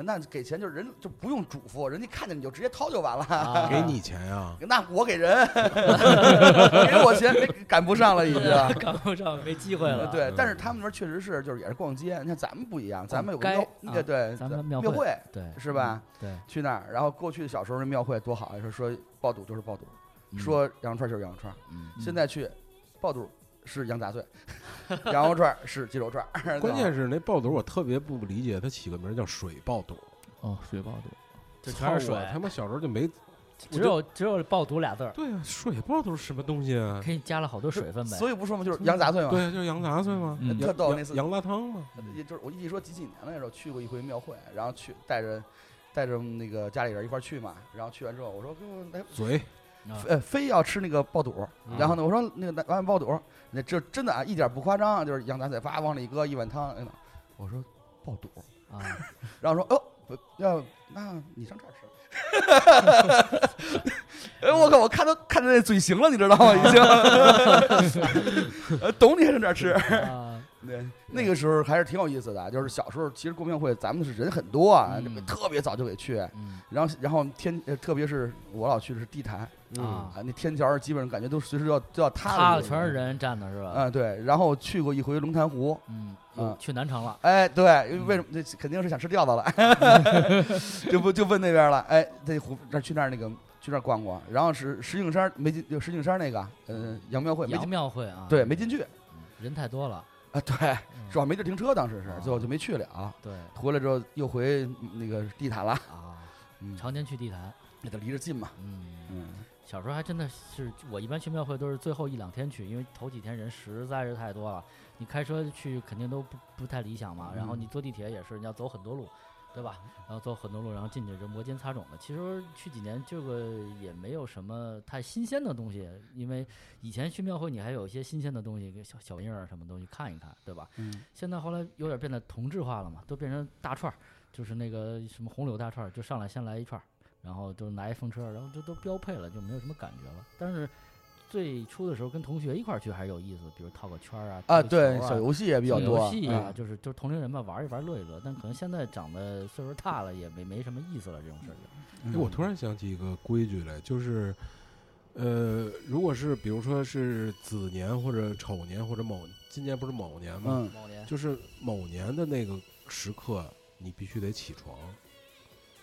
那给钱就是人就不用嘱咐，人家看见你就直接掏就完了。
啊
(laughs) 给你钱呀？
那我
(laughs)
给人， (laughs) 给我钱没赶不上了已经。
赶啊不上，没机会了。
对
嗯，
但是他们那边确实是，就是也是逛街。你看咱们不一样，咱们有个
街
庙，
啊
对对，
咱们的庙
会
会对
是吧？
对，
去那儿，然后过去小时候那庙会多好，说说爆肚就是爆肚，嗯说羊肉串就是羊肉串。
嗯
现在去，爆肚是羊杂碎， (laughs) 羊肉串是鸡肉串。
(laughs)
关键是那爆肚，我特别不理解，它起个名叫水爆肚，
哦，水爆肚，
就全是
操
水
我，他妈小时候就
嗯
没
只有只有爆肚俩字 (laughs) 儿，
对呀，水爆肚是什么东西啊？
给你加了好多水分呗。嗯
所以不说嘛，就是羊杂碎嘛。
对，啊就是羊杂碎吗？
嗯
羊
特逗那
羊
次
羊杂汤吗？
也就是我一说几几年的时候去过一回庙会，然后去带着带着那个家里人一块儿去嘛，然后去完之后我说给我来，
嘴，
呃，非要吃那个爆肚，
嗯
然后呢我说那个来碗爆肚，那这真的啊一点不夸张，就是羊杂碎啪往里一搁一碗汤，哎我说爆肚，
啊，
然后说哦不要那你上这儿吃。哎，我靠！我看都看着那嘴型了，你知道吗？已经，呃懂你还上这儿吃。
啊
对，那个时候还是挺有意思的，就是小时候其实过庙会咱们是人很多啊，
嗯
这个特别早就得去，
嗯
然后然后天呃特别是我老去的是地坛
啊，
啊，那天桥基本上感觉都随时都要都要塌
塌
了，
了全是。人站的是吧？
嗯，对，然后去过一回龙潭湖。
嗯，
嗯
去南城了。
哎，对，因为为什么？这肯定是想吃吊子了， (laughs) 就不就问那边了。哎，这湖那去那儿那个去那儿逛逛，然后是石景山没进，就石景山那个，嗯、杨庙会没
杨
进，
庙会啊，
对，没进去
嗯，人太多了。
啊，对，
嗯
主要没地儿停车，当时是
啊，
最后就没去了。
对
回来之后又回那个地坛了，
啊，
嗯，
常年去地坛，
那得离着近嘛，
嗯，
嗯，
小时候还真的是，我一般去庙会都是最后一两天去，因为头几天人实在是太多了，你开车去肯定都不不太理想嘛。然后
嗯
你坐地铁也是，你要走很多路，对吧？然后走很多路，然后进去就摩肩擦踵的。其实去几年这个也没有什么太新鲜的东西，因为以前去庙会你还有一些新鲜的东西，给小小玩意儿啊什么东西看一看，对吧？
嗯
现在后来有点变得同质化了嘛，都变成大串儿，就是那个什么红柳大串儿，就上来先来一串儿，然后就拿一风车，然后这都标配了，就没有什么感觉了。但是最初的时候跟同学一块儿去还是有意思，比如套个圈儿啊，
啊，
踢个
对，
球啊
小游戏也比较
小
多，
游戏啊，
嗯
就是就是同龄人嘛，玩一玩乐一乐。但可能现在长得岁数大了，也没没什么意思了，这种事儿就
嗯
哎，我突然想起一个规矩来，就是，呃，如果是比如说是子年或者丑年或者某，今年不是某年吗？
嗯，
某年
就是某年的那个时刻，你必须得起床。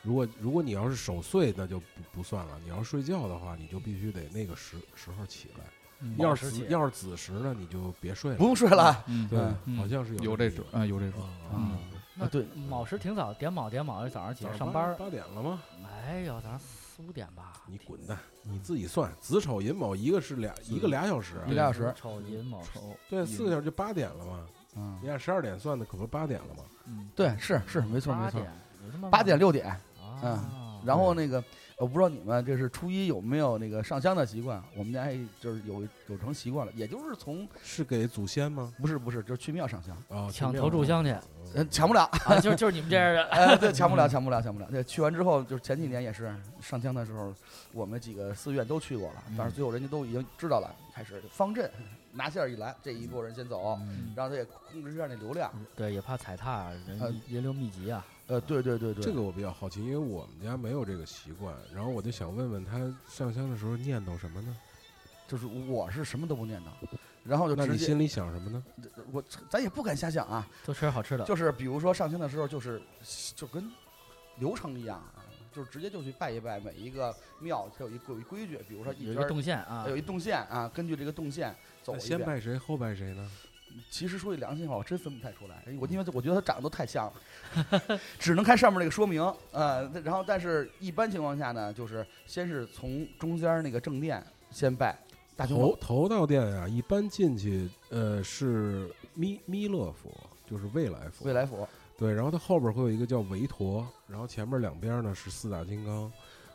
如果如果你要是守岁，那就不不算了。你要睡觉的话，你就必须得那个时时候起来。
嗯
要
保
是
持
子
起
要是子时呢，你就别睡了。
不用睡了。
嗯，
对，
嗯
好像是
有
这
这
个
种，啊，有这种，
啊
嗯。
那
对
卯时挺早，点卯点卯，早上起
早
来
上
上
八
班儿。
八点了吗？
哎呦，早上四五点吧。
你滚蛋！你自己算，子丑寅卯一个是俩一个俩小时，啊
一个俩小时
丑寅卯时，
对，
寅
四个小时就八点了嘛。
嗯，
你按十二点算的，可不是八点了吗？
嗯，
对，是是，没错没
八
错，
点，有这么
八点
晚
六点。
嗯
啊？
然后那个，我不知道你们这是初一有没有那个上香的习惯？我们家还就是有有成习惯了，也就是从
是给祖先吗？
不是不是，就是去庙上香，
啊，嗯
抢
是这
头
样
炷
的
香去，
呃，抢不了， (laughs)
啊，就就是你们这样的。
哎，对，抢不了，抢不了，抢不了。对，去完之后，就是前几年也是上香的时候，我们几个寺院都去过了，
嗯
但是最后人家都已经知道了，开始方阵拿线儿一拦，这一波人先走，
嗯
然后他也控制一下那流
嗯
量。
嗯对，也怕踩踏，啊人
呃
人流密集啊。
呃，对对对对，
这个我比较好奇，因为我们家没有这个习惯，然后我就想问问他上香的时候念叨什么呢？
就是我是什么都不念叨，然后就
那
直
你
接
心里想什么呢？
我咱也不敢瞎想啊，
多吃点好吃的。
就是比如说上香的时候，就是就跟流程一样啊，就是直接就去拜一拜每一个庙，它有一规规矩，比如说一
有
圈
一个
儿
动线啊
有，一动线啊，根据这个动线走
那
一
先
遍。
拜谁后拜谁呢？
其实说句良心话，我真分不太出来，哎我因为我觉得它长得都太像了， (laughs) 只能看上面那个说明。呃，然后但是一般情况下呢，就是先是从中间那个正殿先拜大雄
头
宝，
头道殿啊，一般进去呃是弥弥勒佛，就是未来佛。
未来佛，
对，然后它后边会有一个叫韦陀，然后前面两边呢是四大金刚，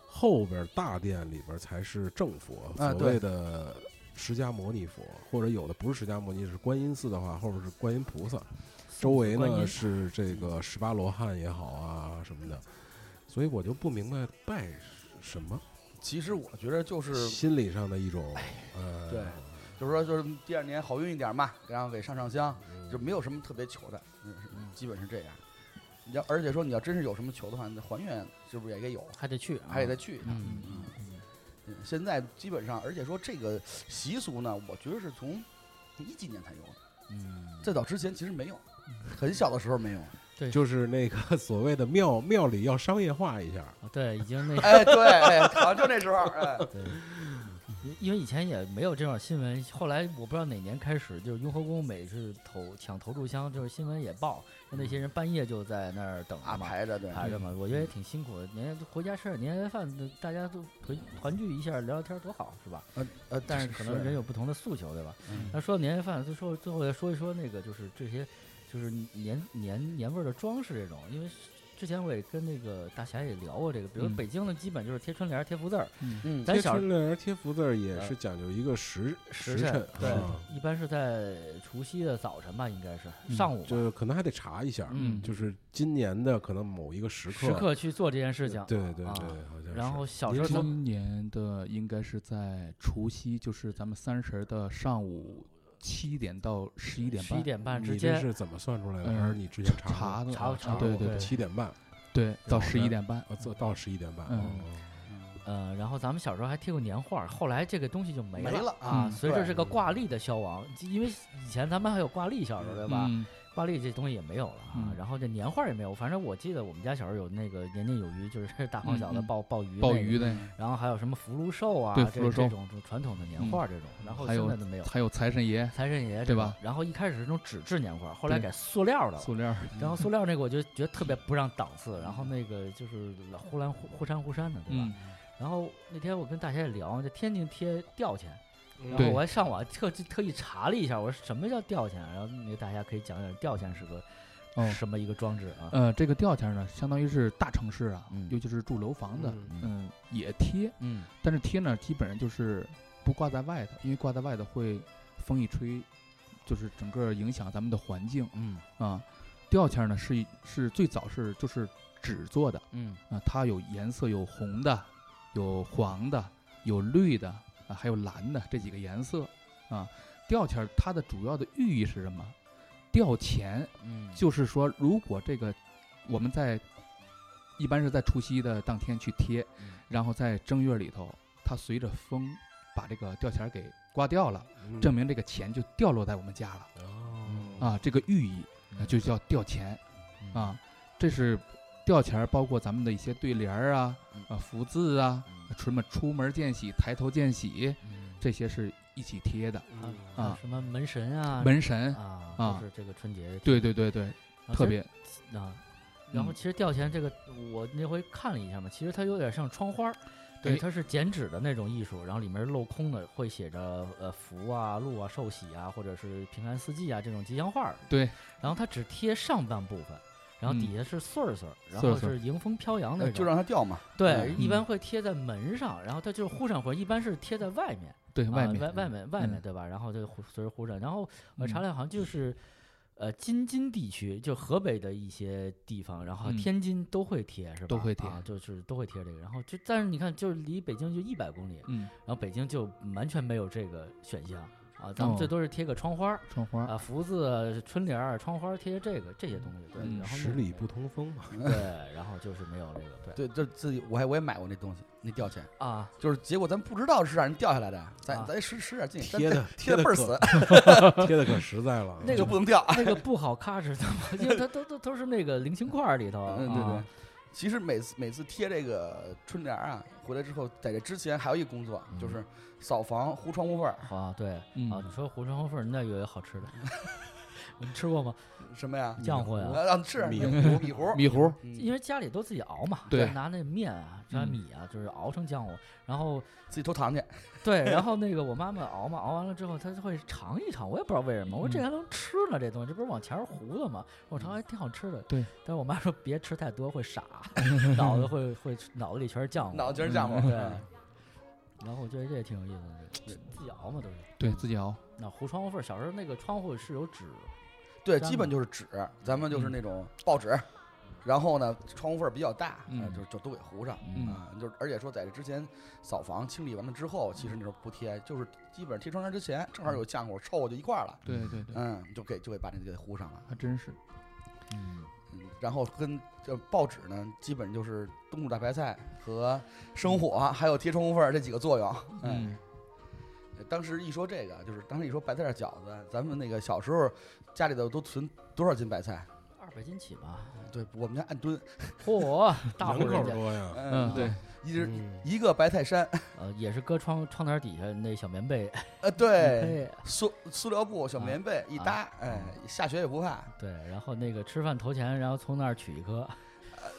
后边大殿里边才是正佛，
啊
所谓的释迦牟尼佛，或者有的不是释迦牟尼，是观音寺的话，后边是观音菩萨，周围
观
呢
音
是这个十八罗汉也好啊什么的，所以我就不明白拜什么，
其实我觉得就是哎
心理上的一种，呃，
对就是说就是第二年好运一点嘛，然后给上上香，就没有什么特别求的，嗯，是基本是这样。你要而且说你要真是有什么求的话，你的还愿是不是也得有，
还得去，
还得再。去一趟。
嗯
嗯嗯，现在基本上，而且说这个习俗呢，我觉得是从一几年才有的，
嗯，
再早之前其实没有，很小的时候没
(laughs)
有。
就是那个所谓的庙庙里要商业化一下，
对，已经那
哎，对，哎，好像就那时候，哎，
因因为以前也没有这种新闻，后来我不知道哪年开始，就是雍和宫每次投抢投炷香，就是新闻也报，说那些人半夜就在那儿等
啊，
着嘛，
排着对，
嗯排嗯着嘛，我觉得也挺辛苦的。年回家吃点年夜饭，大家都团团聚一下，聊聊天儿多好，是吧？
呃呃，
但是可能人有不同的诉求，对吧？
嗯
那说到年夜饭，就说最后再说一说那个，就是这些，就是年年年味儿的装饰这种，因为之前我也跟那个大侠也聊过这个，比如
嗯
北京的基本就是贴春联儿、贴福字儿，
嗯，
咱
贴
小嗯
春联儿、贴福字儿也是讲究一个时
时辰
辰，
对
啊
一般是在除夕的早晨吧，应该是
嗯
上午吧
就是可能还得查一下，
嗯
就是今年的可能某一个时刻，
时刻去做这件事情。
对对对，
啊
好像是。
然后小时
您
候
说
他
今年的应该是在除夕，就是咱们三十儿的上午七点到十一点
十
半
一。点半之
你这
间
嗯是怎么算出来的？
嗯
还是你之前
查
过
的
查
啊
查
对
过
对
对
七点半
对，到
后
十一
呢
点半。
啊，做到十一点半。
嗯
哦
呃，然后咱们小时候还贴过年画儿，后来这个东西就没
没了
啊。
嗯
随着
对
这个挂历的消亡，因为以前咱们还有挂历，小时候对吧？
嗯
挂历这东西也没有了啊
嗯，
然后这年画儿也没有。反正我记得我们家小时候有那个年年有余，就是 (laughs) 大黄小的
嗯嗯
抱抱鱼，
鲍鱼，的，
然后还有什么福禄寿啊，
对
这
福禄
这
寿
种这种传统的年
嗯
画儿这种，然后
还
现
有
在都没有。
还有财神爷，
财神爷
对
这
吧
种？然后一开始是那种纸质年画，后来
对
改塑料的了。
塑料儿。
然后塑料那个我就觉得特别不上档次，然后那个就是老忽蓝忽忽闪忽闪的，对吧？
嗯，
然后那天我跟大家也聊，这天津贴吊钱，然后
对
我还上网特特意查了一下，我说什么叫吊钱，然后那个大家可以讲讲吊钱是个、
哦
什么一个装置啊？
呃，这个吊钱儿呢，相当于是大城市啊，
嗯
尤其是住楼房的，
嗯
嗯，也贴，
嗯，
但是贴呢，基本上就是不挂在外头，因为挂在外头会风一吹，就是整个影响咱们的环境。
嗯
啊，吊签儿呢是一是最早是就是纸做的
嗯
啊，它有颜色，有红的，有黄的，有绿的啊，还有蓝的这几个颜色啊。吊签儿它的主要的寓意是什么？吊钱
嗯
就是说，如果这个我们在一般是在除夕的当天去贴，
嗯
然后在正月里头，它随着风把这个吊钱儿给刮掉了，
嗯
证明这个钱就掉落在我们家了。
哦
啊，这个寓意、呃
嗯
就叫吊钱啊，这是吊钱儿包括咱们的一些对联儿啊
嗯、
啊福字啊、
嗯
什么出门见喜、抬头见喜，
嗯
这些是一起贴的。
嗯
还有
啊
呃什么门神啊，
门神，
啊，
啊
就是这个春节
对对对对，
啊
特别
这啊。然后
嗯
其实吊钱这个，我那回看了一下嘛，其实它有点像窗花儿，
对
它是剪纸的那种艺术，然后里面是镂空的，会写着呃福啊、禄啊、寿喜啊，或者是平安四季啊这种吉祥话儿。
对，
然后它只贴上半部分，然后
嗯
底下是穗儿穗儿，哎然
穗儿
后
穗儿
是迎风飘扬那
呃
种，
就让它掉嘛。
对，
嗯
一般
嗯
会贴在门上，然后它就是忽闪魂，一般是贴在外面，
对外
啊
面
外外面外
嗯
面对吧？然后就忽随着忽闪，然后我查
嗯
了好像就是，呃，京津地区，就河北的一些地方，然后
嗯
天津都会贴是吧？
都会贴
啊，就是都会贴这个。然后就但是你看，就是离北京就一百公里，
嗯，
然后北京就完全没有这个选项啊，咱们
哦
最多是贴个窗花儿
窗花
啊、福字啊、春联儿、窗花儿贴这个这些东西，对，
嗯
然后
十
那
里不通风
(laughs)
嘛，
对，然后就是没有这个对
对，就自己我还我也买过那东西，那吊钱，
啊，
就是结果咱不知道是让人掉下来的，咱
啊
咱使使点劲，咱
贴的
贴
的
的倍儿
可
死，
贴的可实在了啊。
(laughs)
那
就
个
不能掉。
那个不好咔哧的嘛， (laughs) 因为它都都都是那个零星块儿里头，
嗯，对对
啊。
其实每次每次贴这个春联儿啊，回来之后，在这之前还有一工作，
嗯
就是扫房糊窗户缝儿，
啊，对
嗯
啊，你说胡窗粉儿那有一个好
(laughs)
吃的，你吃过吗？
什么呀？
浆糊呀，
啊，啊是
米
米糊米糊，
米糊，
嗯
因为家里都自己熬嘛，
对
就拿那面啊、粘
嗯
米啊，就是熬成浆糊，然后
自己偷糖去。
哦
对，然后那个我妈妈熬嘛，熬完了之后她就会尝一尝，我也不知道为什么，我说这
嗯
还能吃呢，这东西这不是往前儿糊的吗？我尝还挺好吃的，
对，
但是我妈说别吃太多会傻，
(laughs)
脑子会会脑子里全是浆糊，
脑筋儿浆糊
对。然后我觉得这也挺有意思的，这自己熬嘛都是。
对自己熬，
那糊窗户缝儿，小时候那个窗户是有纸，
对，
粘
基本
的
就是纸，咱
嗯
们就是那种报纸，然后呢，窗户缝儿比较大，
嗯
呃就就都给糊上。
嗯
啊，就是而且说在这之前扫房清理完了之后，其实那时候不贴，就是基本上贴窗帘之前，正好有浆糊臭就一块儿了，
对嗯对对，
嗯，就给就给把那个给糊上了。
还真是，
嗯，
嗯，然后跟这报纸呢，基本就是冬储大白菜和生火，还有贴窗户缝儿这几个作用。嗯，
嗯
当时一说这个，就是当时一说白菜馅儿饺子，咱们那个小时候家里头都存多少斤白菜？
二百斤起吧。
对我们家按吨，
嚯，大户
人口
人
儿
家，
多呀，
嗯
嗯，
对，
一人
嗯
一个白菜山，
呃，也是搁窗窗台底下那小棉被，
呃，对，
啊
对
塑塑料布小棉被一搭，哎，下雪也不怕。
对，然后那个吃饭投钱，然后从那儿取一颗，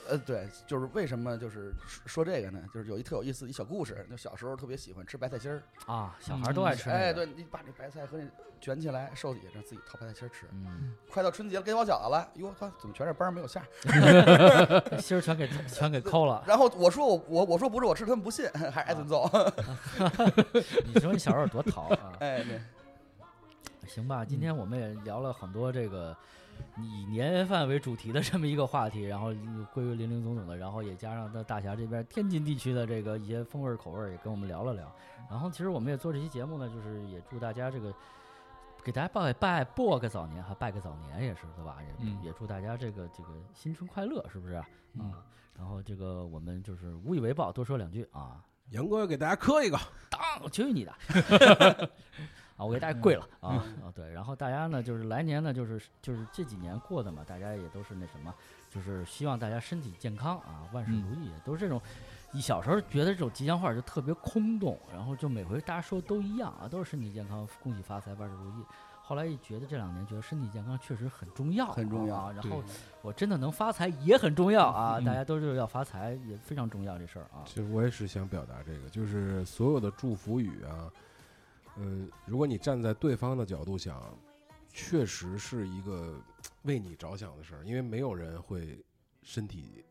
呃，对，就是为什么就是说说这个呢？就是有一特有意思的一小故事，就小时候特别喜欢吃白菜心儿，
啊，小孩儿都爱吃、那个，
哎，，对你把这白菜和那卷起来，手底下自己掏白菜心儿吃。
嗯，
快到春节了，该包饺子了，哟呵，怎么全是班儿没有馅儿？
那芯儿全给全给抠了。 (laughs)
然后我说我我我说不是我吃，他们不信， (laughs) 还是挨
啊
顿揍。
你说你小时候有多淘啊？
哎，对，
行吧，
嗯
今天我们也聊了很多这个以年夜饭为主题的这么一个话题，然后归于零零总总的，然后也加上在大侠这边天津地区的这个一些风味儿口味儿也跟我们聊了聊。然后其实我们也做这期节目呢，就是也祝大家这个给大家拜拜过个早年，还拜个早年也是对吧？也、
嗯
也祝大家这个这个新春快乐，是不是啊？
嗯
啊然后这个我们就是无以为报，多说两句啊。
杨哥给大家磕一个，
当，我哦去你的！ (laughs) 啊，我给大家跪了啊啊！对，然后大家呢，就是来年呢，就是就是这几年过的嘛，大家也都是那什么，就是希望大家身体健康啊，万事
嗯
如意，都是这种。你小时候觉得这种吉祥话就特别空洞，然后就每回大家说都一样啊，都是身体健康，恭喜发财，万事如意。后来一觉得这两年觉得身体健康确实很重要，
很重要
啊。然
对
后我真的能发财也很重要啊，
嗯
大家都是要发财也非常重要这事儿啊。
其实我也是想表达这个，就是所有的祝福语啊，嗯，如果你站在对方的角度想，确实是一个为你着想的事儿，因为没有人会身体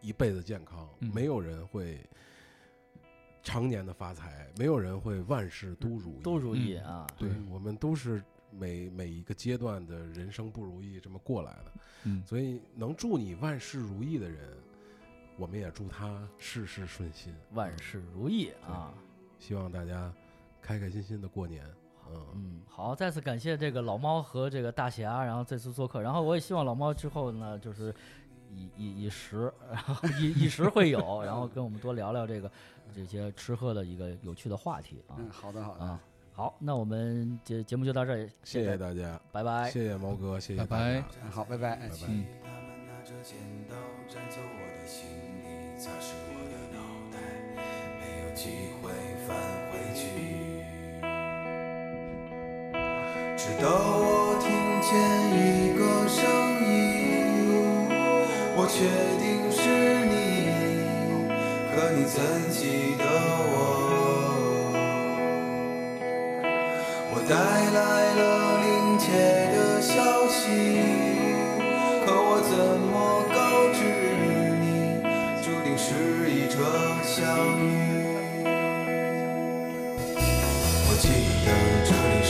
一辈子健康，
嗯
没有人会常年的发财，没有人会万事都如意。
都如意
嗯
啊，
对
嗯
我们都是每每一个阶段的人生不如意这么过来的，
嗯，
所以能祝你万事如意的人，我们也祝他事事顺心。
万事如意啊！
希望大家开开心心的过年。嗯，
嗯，好，再次感谢这个老猫和这个大侠，然后这次做客，然后我也希望老猫之后呢，就是以以以时，然后以以时会友，然后跟我们多聊聊这个这些吃喝的一个有趣的话题啊
嗯，好的好的
啊，。好，那我们节节目就到这里，
谢谢大家，
拜拜。
谢谢毛哥，谢谢大
拜拜
家，
好，拜拜，哎
拜拜。
嗯。
止まない
着剪刀摘走我的行李，擦拭我的脑袋，没有机会返回去。直到我听见一个声音，我确定是你，和你在一起的我。我带来了临界的消息，可我怎么告知你，注定是一场相遇。我记得这里